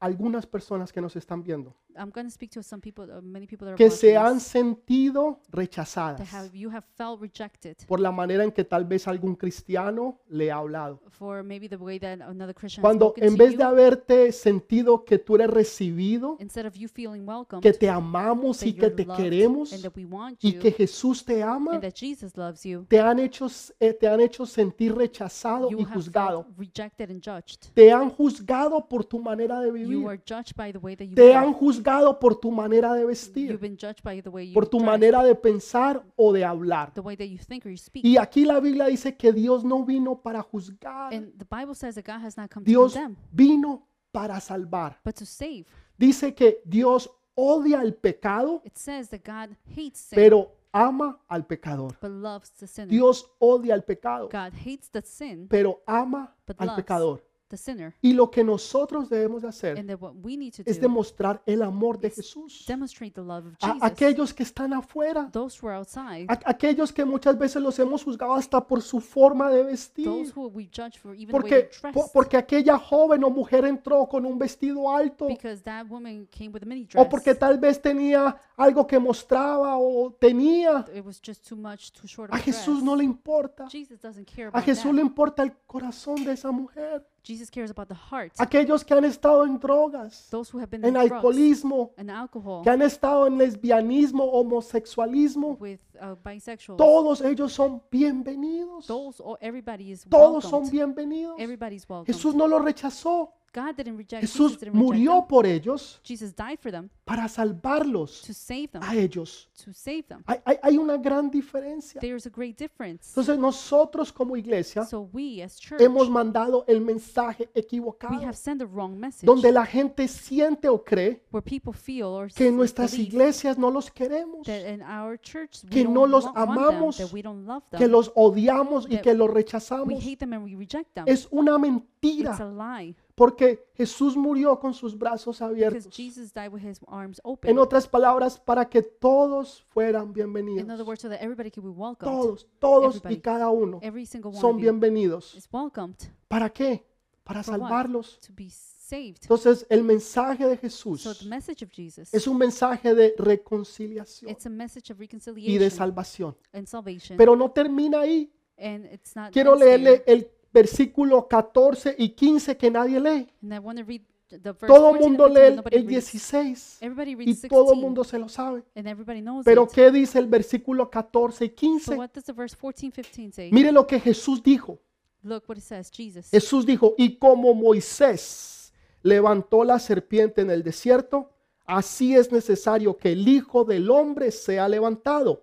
a algunas personas que nos están viendo,
I'm going to speak to some people, uh, many people that are
que
watching
se han
this,
sentido
that
rechazadas
have, you have felt rejected
por la manera en que tal vez algún cristiano le ha hablado.
for maybe the way that another Christian has
Cuando
spoken
en
to
vez
you.
de haberte sentido que tú eres recibido,
Instead of you feeling welcome,
que te amamos y que
you're
te
loved
queremos
and that we want
y
you
que Jesús te ama,
and that Jesus loves you,
te han hecho, eh, te han hecho sentir rechazado
you
y
have
juzgado.
felt rejected and judged.
Te han juzgado por tu manera de
You
vivir.
are judged by the way that you
Te
walk.
han juzgado por tu manera de
You've
vestir,
been judged by the way you
por tu
dress,
manera de pensar o de hablar.
the way that you think or you speak.
Y aquí la Biblia dice que Dios no vino para juzgar.
And the Bible says that God has not come
Dios
to condemn,
vino para salvar.
but to save.
Dice que Dios odia el pecado,
It says that God hates sin,
pero ama al pecador.
but loves the sinner.
Dios odia el pecado,
Mm. God hates the sin,
pero ama
but
al
loves
pecador.
the sinner.
Y lo que nosotros debemos de hacer
And that what we need to
es
do
demostrar el amor de Jesús
demonstrate the love of
a
Jesus.
aquellos que están afuera.
Those who are outside,
A- aquellos que muchas veces los hemos juzgado hasta por su forma de
those
vestir.
who we judge for even the way
Porque,
they
po-
dress,
porque aquella joven o mujer entró con un vestido alto.
because that woman came with a mini dress.
O porque tal vez tenía algo que mostraba o tenía.
It was just too much, too short of
A
a dress.
Jesús no le importa.
Jesus doesn't care
A
about
Jesús
that.
le importa el corazón de esa mujer.
Jesus cares about the heart.
Aquellos que han estado en drogas,
Those who have been
en
with drugs
alcoholismo,
and alcohol,
que han estado en lesbianismo, homosexualismo,
with uh, bisexuals,
todos ellos son bienvenidos.
those or everybody is
Todos son
welcomed.
bienvenidos.
Everybody's welcome.
Jesús no los rechazó.
God didn't reject
Jesús
Jesus didn't reject
murió
them.
por ellos
Jesus died for them
para salvarlos
to save them.
a ellos.
To save them.
Hay, hay- hay una gran diferencia.
There's a great difference.
Entonces nosotros como iglesia
So we as church
hemos mandado el mensaje
we
equivocado
have sent the wrong message
donde la gente siente o cree
where people feel or
que en
s-
nuestras
believe
iglesias no los queremos,
that in our church we
que
don't
no los
lo- want them,
amamos,
that we don't love them.
que los odiamos y
that
que los
we
rechazamos.
hate them and we reject them.
Es una
It's a
mentira
lie
porque Jesús murió con sus brazos
because
abiertos.
Jesus died with his arms
En
open.
otras palabras, para que todos fueran
In other
bienvenidos.
words, so that everybody can be welcomed.
Todos, todos y
Everybody.
cada uno
Every single one
son
of you
bienvenidos.
is welcomed
¿Para qué? Para
For what?
salvarlos.
to be saved.
Entonces, el mensaje de
So the
Jesús
message of Jesus,
es un mensaje de reconciliación
it's a message
y
of
de
reconciliation
salvación.
and salvation.
Pero no termina ahí.
And it's not
Quiero
ends there.
leerle el versículo 14 y 15 que nadie lee.
And I want to read the verse
Todo
14 and
mundo
15,
lee el-
nobody
el
reads.
16
Everybody reads
y todo
16,
mundo se lo sabe.
and everybody knows
Pero
it.
¿qué dice el versículo 14 y
But
15?
what does the verse 14, 15 say?
Mire lo que Jesús dijo.
Look what it says, Jesus.
Jesús dijo, y como Moisés levantó la serpiente en el desierto, así es necesario que el Hijo del Hombre sea levantado,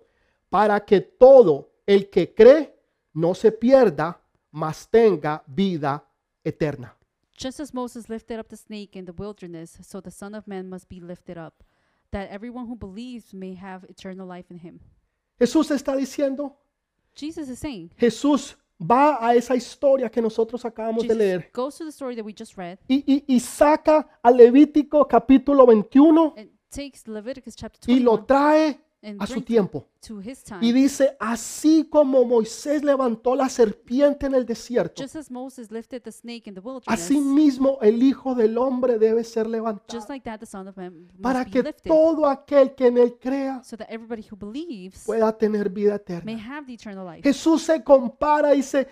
para que todo el que cree no se pierda, mas tenga vida eterna.
Just as Moses lifted up the snake in the wilderness, so the Son of Man must be lifted up, that everyone who believes may have eternal life in him.
Jesús está diciendo,
Jesus is saying,
Jesús va a esa historia que nosotros acabamos de
Jesus
leer
goes to the story that we just read
y, y- y saca a Levítico capítulo 21
and takes Leviticus chapter
y
21
lo trae
and
a su
brings
tiempo.
to his time.
Y dice, así como Moisés levantó la serpiente en el desierto,
Just as Moses lifted the snake in the wilderness,
así mismo el Hijo del Hombre debe ser levantado
just like that the Son of Man must
para
be
que
lifted,
todo aquel que en él crea
so that everybody who believes
pueda tener vida
may
eterna.
have the eternal life.
Jesús se compara y dice,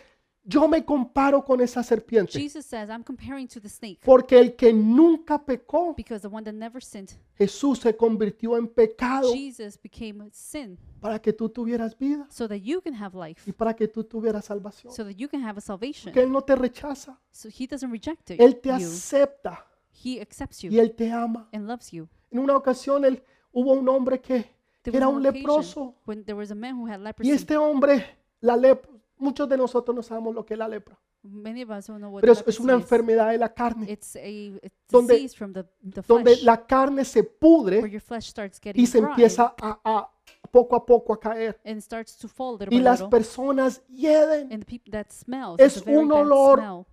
yo me comparo con esa serpiente,
Jesus says, I'm comparing to the snake
porque el que nunca pecó,
because the one that never sinned,
Jesús se convirtió en pecado
Jesus became sin
para que tú tuvieras vida
so that you can have life,
y para que tú tuvieras salvación.
so that you can have a salvation.
Que Él no te rechaza,
So he doesn't reject it,
Él te
you.
acepta
He accepts
y
you
Él te ama.
and loves you.
En una ocasión él- hubo un hombre que,
There
que era
was an
un
occasion
leproso.
when there was a man who had leprosy.
Y este hombre, la lepra, muchos de nosotros no sabemos lo que es la lepra,
Many of us don't know what
pero es, es
leprosy
una
is.
enfermedad de la carne,
It's a it's
Donde-
disease from the, the
donde
flesh
la carne se
where
pudre
your flesh starts getting
y se
dry
empieza a, a- poco a poco a caer.
and starts to fall little
Y
by
las
little.
personas hieden,
And the people that smells
Es
it's a very
un
bad
olor
smell.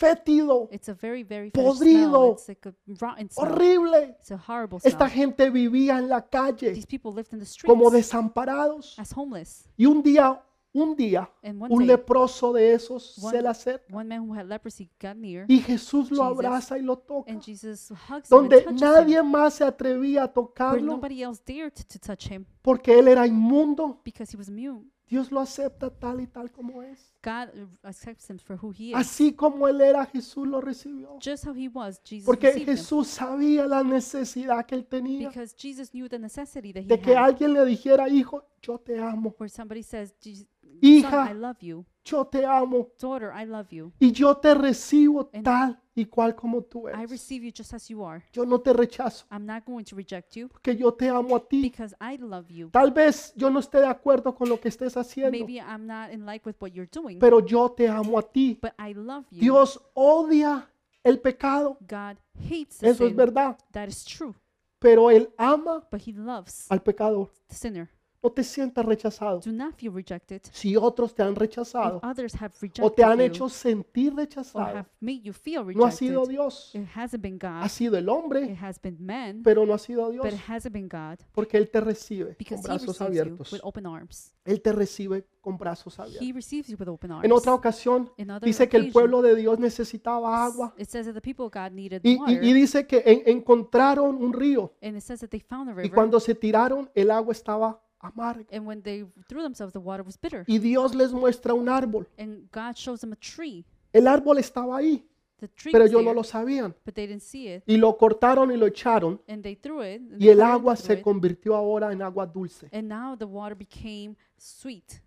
fétido,
It's a very, very foul smell.
Podrido.
It's like a rotten smell.
horrible.
It's a horrible smell.
Esta gente vivía en la calle
These people lived in the streets
como desamparados.
as homeless.
Y un día, un día,
And one
un
day,
leproso de esos se
one-
la acerca
one man who had leprosy got near,
y Jesús lo
Jesus.
abraza y lo toca.
and Jesus hugs him
donde
and touches him,
nadie más se atrevía a
where
tocarlo
nobody else dared to, to touch him
porque él era inmundo.
because he was immune.
Dios lo acepta tal y tal como es.
God uh, accepts him for who he is.
Así como él era, Jesús lo recibió.
Just how he was, Jesus
Porque
received him.
Jesús sabía la necesidad que él tenía
Because Jesus knew the necessity that he
de que
had.
alguien le dijera, hijo, yo te amo,
Where somebody says, "Jesus- Son,
Hija.
I love you.
yo te amo
Daughter, I love you.
y yo te recibo tal y cual como tú
I
eres.
receive you just as you are.
Yo no te rechazo
I'm not going to reject you
porque yo te amo a ti.
because I love you.
Tal vez yo no esté de acuerdo con lo que estés haciendo,
Maybe I'm not in like with what you're doing,
pero yo te amo a ti.
but I love you.
Dios odia el pecado,
God hates the
eso es
sin.
verdad,
That is true.
pero Él ama
But he loves
al pecador.
the sinner.
No te sientas rechazado.
Do not feel rejected.
Si otros te han
If
rechazado
others have
o
rejected
te han
you
hecho sentir
or
rechazado,
have made you feel
no ha sido
rejected,
Dios,
it hasn't been
ha
God.
sido el
It
hombre,
has been man,
pero no ha sido Dios,
but it hasn't been God
porque Él te recibe con
because he
brazos
receives you
abiertos.
with open arms.
Él te recibe con brazos abiertos.
He receives you with open arms.
En otra ocasión
In other
dice que el
occasion,
pueblo de Dios necesitaba agua
It says that the people of God needed
y,
water,
y- y dice que en- encontraron un río
and it says that they found a
y
river,
cuando se tiraron el agua estaba amarga.
and when they threw themselves, the water was bitter.
y Dios les muestra un árbol.
And God shows them a tree.
El árbol estaba ahí,
The tree
pero
was
ellos no
there,
lo sabían.
but they didn't see it,
Y lo cortaron y lo echaron
and they threw it. and
y
the
el
water
agua
threw
se
it,
convirtió ahora en agua dulce.
and now the water became sweet.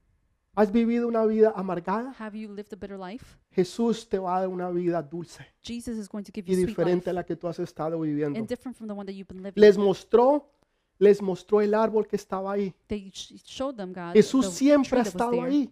¿Has vivido una vida amargada?
Have you lived a bitter life?
Jesús te va a dar una vida dulce
Jesus is going to give
y
you sweet life,
diferente a la que tú has estado viviendo.
and different from the one that you've been living.
Les mostró, les mostró el árbol que estaba ahí.
They sh- showed them God. the
Jesús
tree
siempre ha
that was
estado
there.
ahí.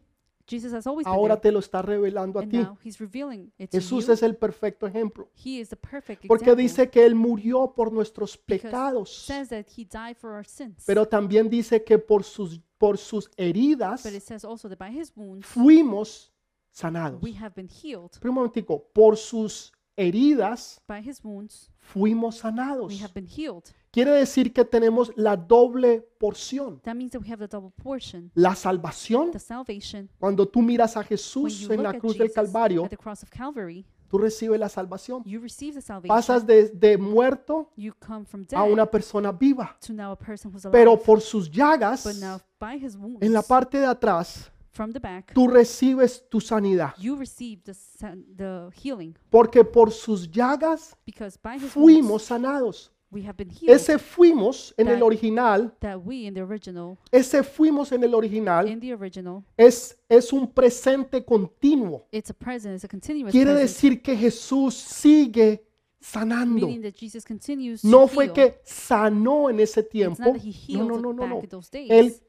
Jesus has always
Ahora
been
te lo está revelando
there,
a
and
ti.
now He's revealing it to
Jesús
you.
es el perfecto ejemplo.
He is the perfect
Porque
example.
dice que Él murió por nuestros
because
pecados.
says that He died for our sins,
Pero también dice que por sus, por sus heridas
but it says also that by His wounds
fuimos sanados.
we have been healed.
Pero un momentico, por sus heridas
By His wounds
fuimos
we
sanados.
have been healed.
Quiere decir que tenemos la doble porción.
That means that we have the double portion,
La salvación,
the salvation.
cuando tú miras a
When you
Jesús en
look
la
at
cruz del
Jesus
Calvario,
at the cross of Calvary,
tú recibes la salvación.
you receive the salvation.
Pasas de, de muerto
you come from death
a una persona viva.
to now a person who's alive.
Pero por sus llagas,
but now by His wounds
en la parte de atrás,
from the back,
tú recibes tu sanidad.
you receive the san- the healing
Porque por sus llagas
because by His
fuimos
wounds
sanados.
we have been healed.
Ese fuimos en el original,
that we in the original,
ese fuimos en el original,
in the original,
es, es un presente continuo.
it's a present, it's a continuous
Quiere
present,
decir que Jesús sigue sanando.
meaning that Jesus continues
No
to
fue
heal.
que sanó en ese tiempo.
that he
No, no,
healed
no, no,
back
no.
in those days.
Él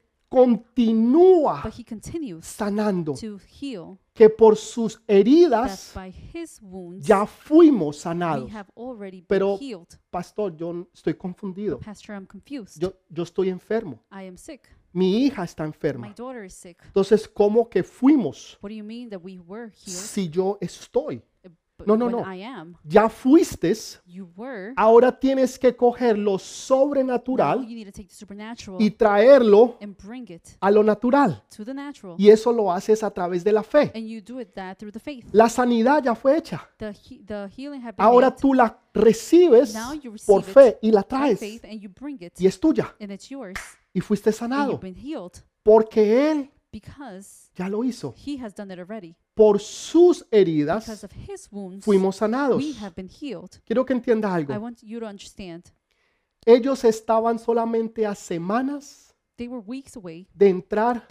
continúa
but He continues
sanando.
to heal.
Que por sus
That
heridas
by His wounds
ya fuimos
we
sanados.
have already been
Pero-
healed.
Pastor, yo n- estoy confundido.
Pastor, I'm confused.
Yo, yo estoy enfermo.
I am sick.
Mi hija está
My
enferma.
daughter is sick.
Entonces, ¿cómo que fuimos
What do you mean that we were healed?
si yo estoy?
Uh, But
No, no,
when
no.
I am,
Ya fuiste,
you were.
ahora tienes que coger lo
now
sobrenatural
You need to take the supernatural
y traerlo
and bring it
a lo natural.
to the natural.
Y eso lo haces a través de la fe.
And you do it that through the faith.
La sanidad ya fue hecha.
The, he- the healing had been
Ahora
made
tú la recibes
Now you receive
por
it
fe y la
by
traes
faith and you bring it
y es tuya
and it's yours.
y fuiste
And
sanado
you've been healed
porque Él
because
ya lo hizo.
he has done it already.
Por sus
Because
heridas
of his wounds,
fuimos sanados.
we have been healed.
Quiero que entiendas
I
algo.
want you to understand.
Ellos estaban solamente a semanas
They were weeks away
de entrar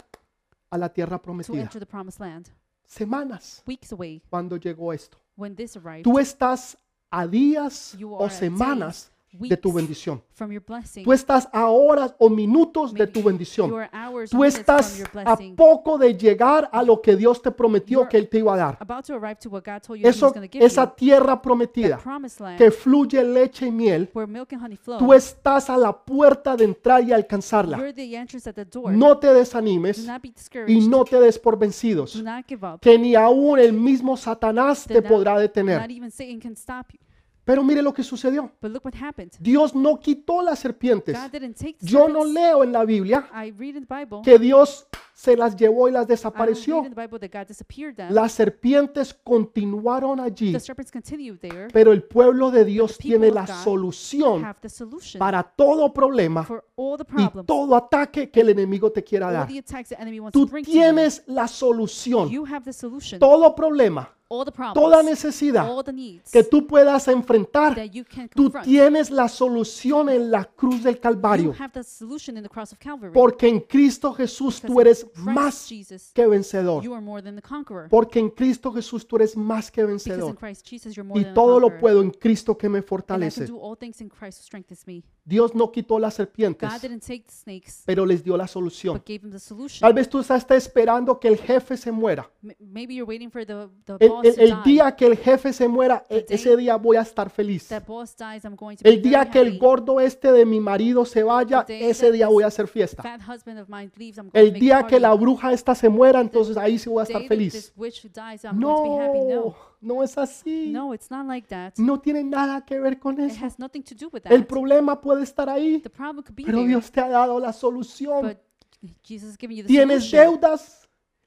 a la tierra
to
prometida.
enter the promised land.
Semanas
Weeks away
cuando llegó esto.
when this arrived.
Tú estás a días
You are
o
at
semanas
days,
de tu
weeks
bendición.
From your blessing.
Tú estás a horas o minutos de
Maybe
tu bendición.
you are hours or
Tú
minutes from
estás
your
a
blessing.
poco de llegar a lo que Dios te prometió
You're
que Él te iba a dar.
About to arrive to what God told you he was
Eso,
going to give
esa tierra
you. That
prometida
promised land
que fluye leche y miel,
where milk and honey flow.
tú estás a la puerta de entrar y alcanzarla.
You're the entrance at the door.
No te
Do
desanimes
not be discouraged.
y no te des por
Do
vencidos,
not give up.
que ni aún el mismo Satanás te
Then not-
podrá
Not
detener.
even Satan can stop you.
Pero mire lo que sucedió.
But look what happened.
Dios no quitó las serpientes.
God didn't take the
Yo no
serpents.
leo en la Biblia
I read in the Bible.
que Dios se las llevó y las
I don't read
desapareció.
in the Bible that God disappeared them.
Las serpientes continuaron allí,
the serpents continued there.
pero el pueblo de Dios
people
tiene
of
la
God
solución
Have the solution
para todo problema
for all the
y
problems, Oh,
todo ataque que el enemigo te quiera
all
dar.
the attacks the enemy wants
Tú
to bring
tienes la
to you.
solución,
You have the solution.
todo problema,
all the problems.
toda necesidad
all the needs
que tú puedas enfrentar.
that you can
Tú
confront.
tienes la solución en la cruz del
you
Calvario,
have the solution in the cross of Calvary.
porque en Cristo Jesús
Because
tú eres
in Christ
más
Jesus,
que vencedor.
you are more than the conqueror.
Porque en Cristo Jesús tú eres más que
Because in
vencedor.
Christ Jesus, you're more
Y
than
todo
a
lo
conqueror.
puedo en Cristo que me
And I can
fortalece.
do all things in Christ who strengthens me.
Dios no quitó las
God
serpientes,
didn't take the snakes,
pero les dio la solución.
but gave them the solution.
Tal vez tú estás está esperando que el jefe se muera.
M- Maybe you're waiting for the, the
El,
boss
el-
to
el
die.
día que el jefe se muera, e-
The
ese
day
día voy a estar feliz.
That boss dies, I'm going to be
El día
very
que el
happy.
gordo este de mi marido se vaya,
The day
ese
that
día
this
voy a hacer fiesta.
Fat husband of mine leaves, I'm going to
El
make a
día que la
party.
bruja esta se muera, entonces ahí sí voy a
The
estar
day that
feliz.
This witch who dies, I'm going to be happy.
No,
No,
no es así.
no, it's not like that.
No tiene nada que ver con
It
eso.
has nothing to do with that.
El problema puede estar ahí,
the problem could be
pero
there,
Dios te ha dado la solución.
but Jesus is giving you the
Tienes
solution.
deudas,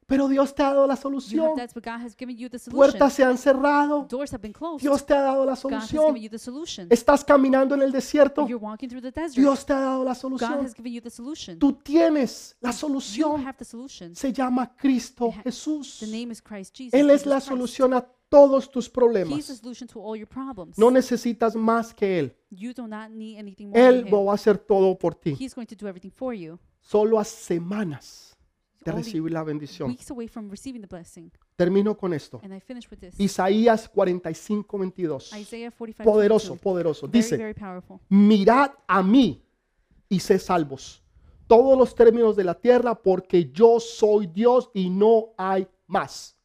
Pero Dios te ha dado la
You have,
solución.
that's what God has given you the solution.
Puertas se han cerrado.
Doors have been closed.
Dios te ha dado la
God has given
solución.
you the solution.
Estás caminando en el desierto.
You're walking through the desert.
Dios te ha dado la
God
solución.
has given you the solution.
Tú tienes la
You
solución.
have the solution.
Se llama Cristo
ha-
Jesús.
The name is Christ Jesus.
Él es
Jesus
la
Christ.
solución a todos tus
He's the
problemas.
solution to all your problems.
No necesitas más que Él.
you do not need anything more
Él
than
lo
him.
va a hacer todo por ti.
He's going to do everything for you.
Solo a semanas de
Only
recibir la bendición.
Weeks away from receiving the blessing.
Termino con esto.
And I finish with this.
Isaías 45, 22.
Isaiah 45.
Poderoso,
22.
poderoso.
Very,
Dice,
very powerful.
mirad a mí y sé salvos todos los términos de la tierra, porque yo soy Dios y no hay más.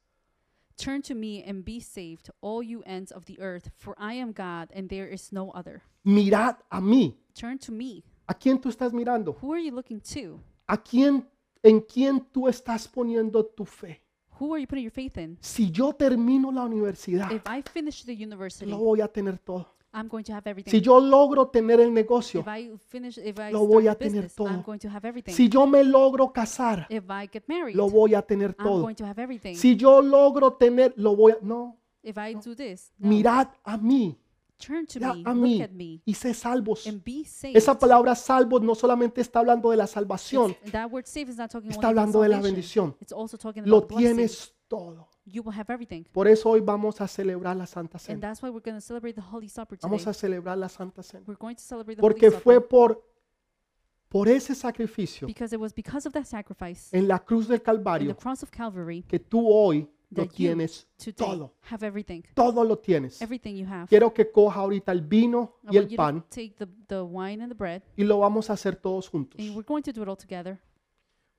Turn to me and be saved, all you ends of the earth, for I am God and there is no other.
Mirad a mí.
Turn to me.
¿A quién tú estás mirando?
Who are you looking to?
¿A quién, en quién tú estás poniendo tu fe?
Who are you putting your faith in?
Si yo termino la universidad,
If I finish the university,
Ah. lo voy a tener todo.
I'm going to have everything.
Si yo logro tener el negocio,
if I finish, if I
lo
start
voy
a
a tener
business, I'm
todo.
going to have everything.
si yo me logro casar,
if I get married,
lo voy a tener
I'm
todo.
going to have everything.
Si yo logro tener, lo voy a... No,
if I do this, no.
mirad a mí,
turn to
mirad
me,
a
look
mí
at me,
y sé salvos.
and be saved.
Esa palabra salvos no solamente está hablando de la salvación,
It's- that word saved is not talking
está
only about
hablando de la
salvation.
bendición.
It's also talking
lo
about blessing.
tienes todo.
You will have everything.
Por eso hoy vamos a celebrar la Santa
And
Cena.
that's why we're going to celebrate the Holy Supper today.
Vamos a celebrar la Santa Cena.
we're going to celebrate the
Porque
Holy Supper
fue por, por ese sacrificio
because it was because of that sacrifice
en la cruz del
on the
Calvario
cross of Calvary
que tú hoy lo
that
tienes
you today
todo.
have everything.
Todo lo tienes.
Everything you have.
Quiero que coja ahorita el vino y
I want
el
you to
pan
Take the, the wine and the bread,
y lo vamos a hacer todos juntos.
and we're going to do it all together.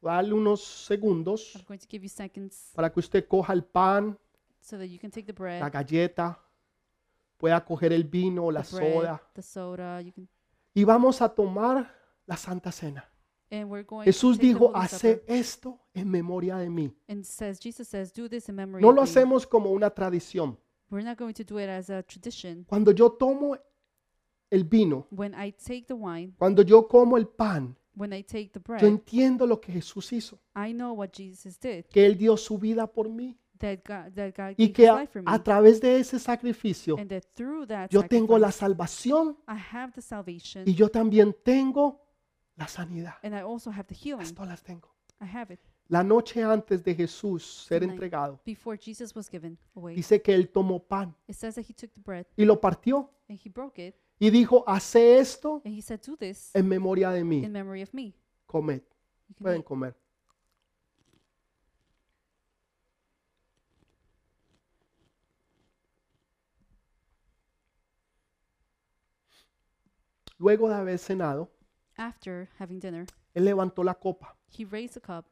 Dale unos segundos
I'm going to give you seconds
para que usted coja el pan,
so that you can take the
la
bread,
galleta, pueda coger el vino, la
the bread,
soda
the soda. You can,
y vamos a tomar la Santa Cena.
and we're going.
Jesús
to take
dijo,
the Holy
hace
Supper."
esto en memoria de mí.
And says Jesus says, do this in memory.
No lo
of me."
hacemos como una tradición.
We're not going to do it as a tradition.
Cuando yo tomo el vino,
When I take the wine,
cuando yo como el pan,
when I take the
yo
bread,
entiendo lo que Jesús hizo,
I know what Jesus did.
que Él dio su vida por mí
That God, that God
y
gave
que
His
a,
life for me,
a través de ese sacrificio
and that through that
yo tengo la
sacrifice,
salvación
I have the salvation,
y yo también tengo la sanidad.
and I also have the healing.
Esto las tengo.
I have it.
La noche antes de Jesús ser
Tonight.
entregado,
Before Jesus was given away,
dice que Él tomó pan
it says that He took the bread
y lo partió
and He broke it,
y dijo, hace esto
and He said, "Do this
en memoria de mí.
in memory of me."
Comed.
You can
Pueden
eat.
comer. Luego de haber cenado,
After having dinner,
él levantó la copa
He raised the cup,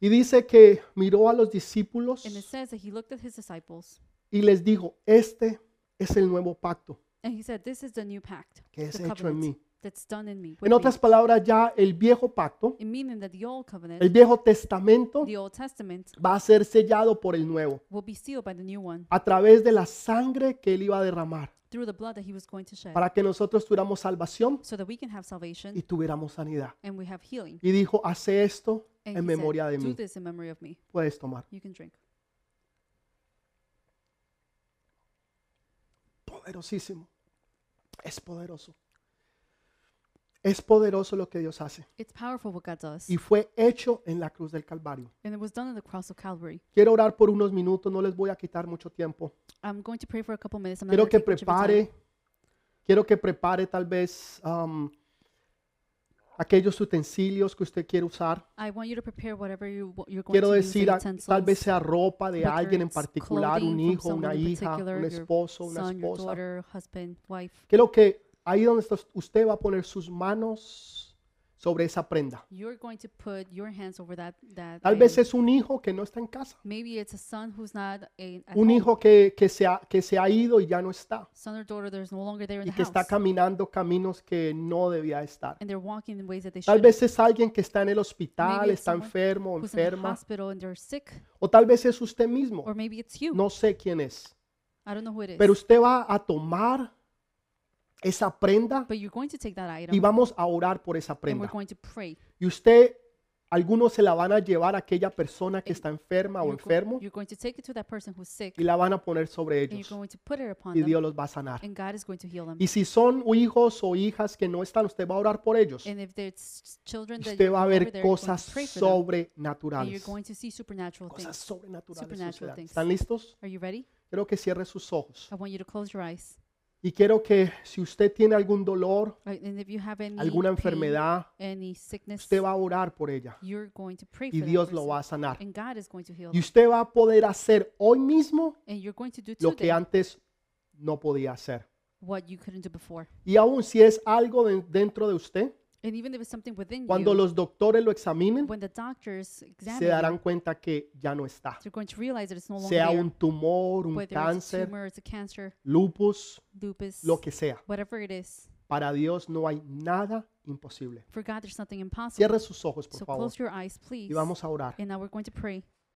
y dice que miró a los discípulos
and it says that He looked at His disciples
y les dijo, este es el nuevo pacto.
and He said, "This is the new pact,
Que es
the
hecho en
covenant
mí."
that's done in me." with
Pues En
me."
otras palabras, ya el viejo pacto,
In meaning that the old covenant,
el viejo testamento,
the Old Testament,
va a ser sellado por el nuevo
will be sealed by the new one
a través de la sangre que él iba a derramar
through the blood that He was going to shed,
para que nosotros tuviéramos salvación
so that we can have
y
salvation
tuviéramos sanidad.
and we have healing.
y dijo, hace esto en
And he said,
memoria de
"Do
mí.
this in memory of me."
Puedes tomar.
You can drink.
Poderosísimo. Es poderoso. Es poderoso lo que Dios hace.
It's powerful what God does,
Y fue hecho en la cruz del Calvario.
and it was done on the cross of Calvary.
Quiero orar por unos minutos, no les voy a quitar mucho tiempo.
I'm going to pray for a couple minutes. I'm not
Quiero
gonna
que
take much of your time.
prepare, quiero que prepare tal vez am, aquellos utensilios que usted quiere usar.
I want you to prepare whatever you, what you're going
Quiero
to use,
decir,
your
a- tal vez
utensils,
sea ropa de
whether
alguien en
it's
particular, un
clothing from
hijo, una
someone in
hija,
particular,
un
your
esposo, una
son, your
esposa.
daughter, husband, wife.
Quiero que ahí donde está usted va a poner sus manos sobre esa prenda.
You're going to put your hands over that. that
Tal vez
item.
es un hijo que no está en casa,
Maybe it's a son who's not a, at
un
home.
hijo que, que, se ha, que se ha ido y ya no está
son or daughter there's no longer there in
y
the
que
house
está caminando caminos que no debía estar.
and they're walking in ways that they
Tal
should
vez es alguien que está en el hospital,
Maybe it's
está
someone
enfermo o
who's in the
enferma,
hospital and they're sick
o tal vez es usted mismo,
or maybe it's you
no sé quién es,
I don't know who it is
pero usted va a tomar esa prenda
but you're going to take that item
y vamos a orar por esa
and we're
prenda.
going to pray
Y usted Algunos se la van a llevar a aquella persona que está enferma o
You're, Eh, go-
enfermo
you're going to take it to that person who's sick,
y la van a poner sobre
and you're
ellos
going to put it upon
y
them,
Dios los va a sanar.
and God is going to heal them.
Y si son hijos o hijas que no están, usted va a orar por ellos.
And if there's children that
Usted
you're
va a
over
ver
there, you're going
cosas
to pray for them, and you're
sobrenaturales.
going to see supernatural
Cosas
things.
sobrenaturales.
Supernatural
sucederán.
things.
¿Están listos?
Are you ready?
Quiero que cierre sus ojos.
I want you to close your eyes.
Y quiero que si usted tiene algún dolor,
Right, And if you have any
alguna
pain,
enfermedad,
any sickness,
usted va a orar por ella
you're going to pray
y
for
Dios
that
lo
person,
va a sanar.
and God is going to heal
Y
them.
usted va a poder hacer hoy mismo
And you're going to do
lo que
today
antes no podía hacer.
what you couldn't do before.
Y aun si es algo de- dentro de usted,
And even if it's something within
cuando
you,
los doctores lo examinen,
when the doctors
se
examine
darán
you,
cuenta que ya no está.
they're going to realize that it's no longer
Sea
there.
un tumor, un
Whether it's a
cáncer,
tumor, it's a cancer,
lupus,
lupus,
lo que sea.
whatever it is.
Para Dios no hay nada imposible.
For God, there's nothing impossible.
Cierre sus ojos, por
So
favor,
close your eyes, please.
y vamos a orar.
And now we're going to pray.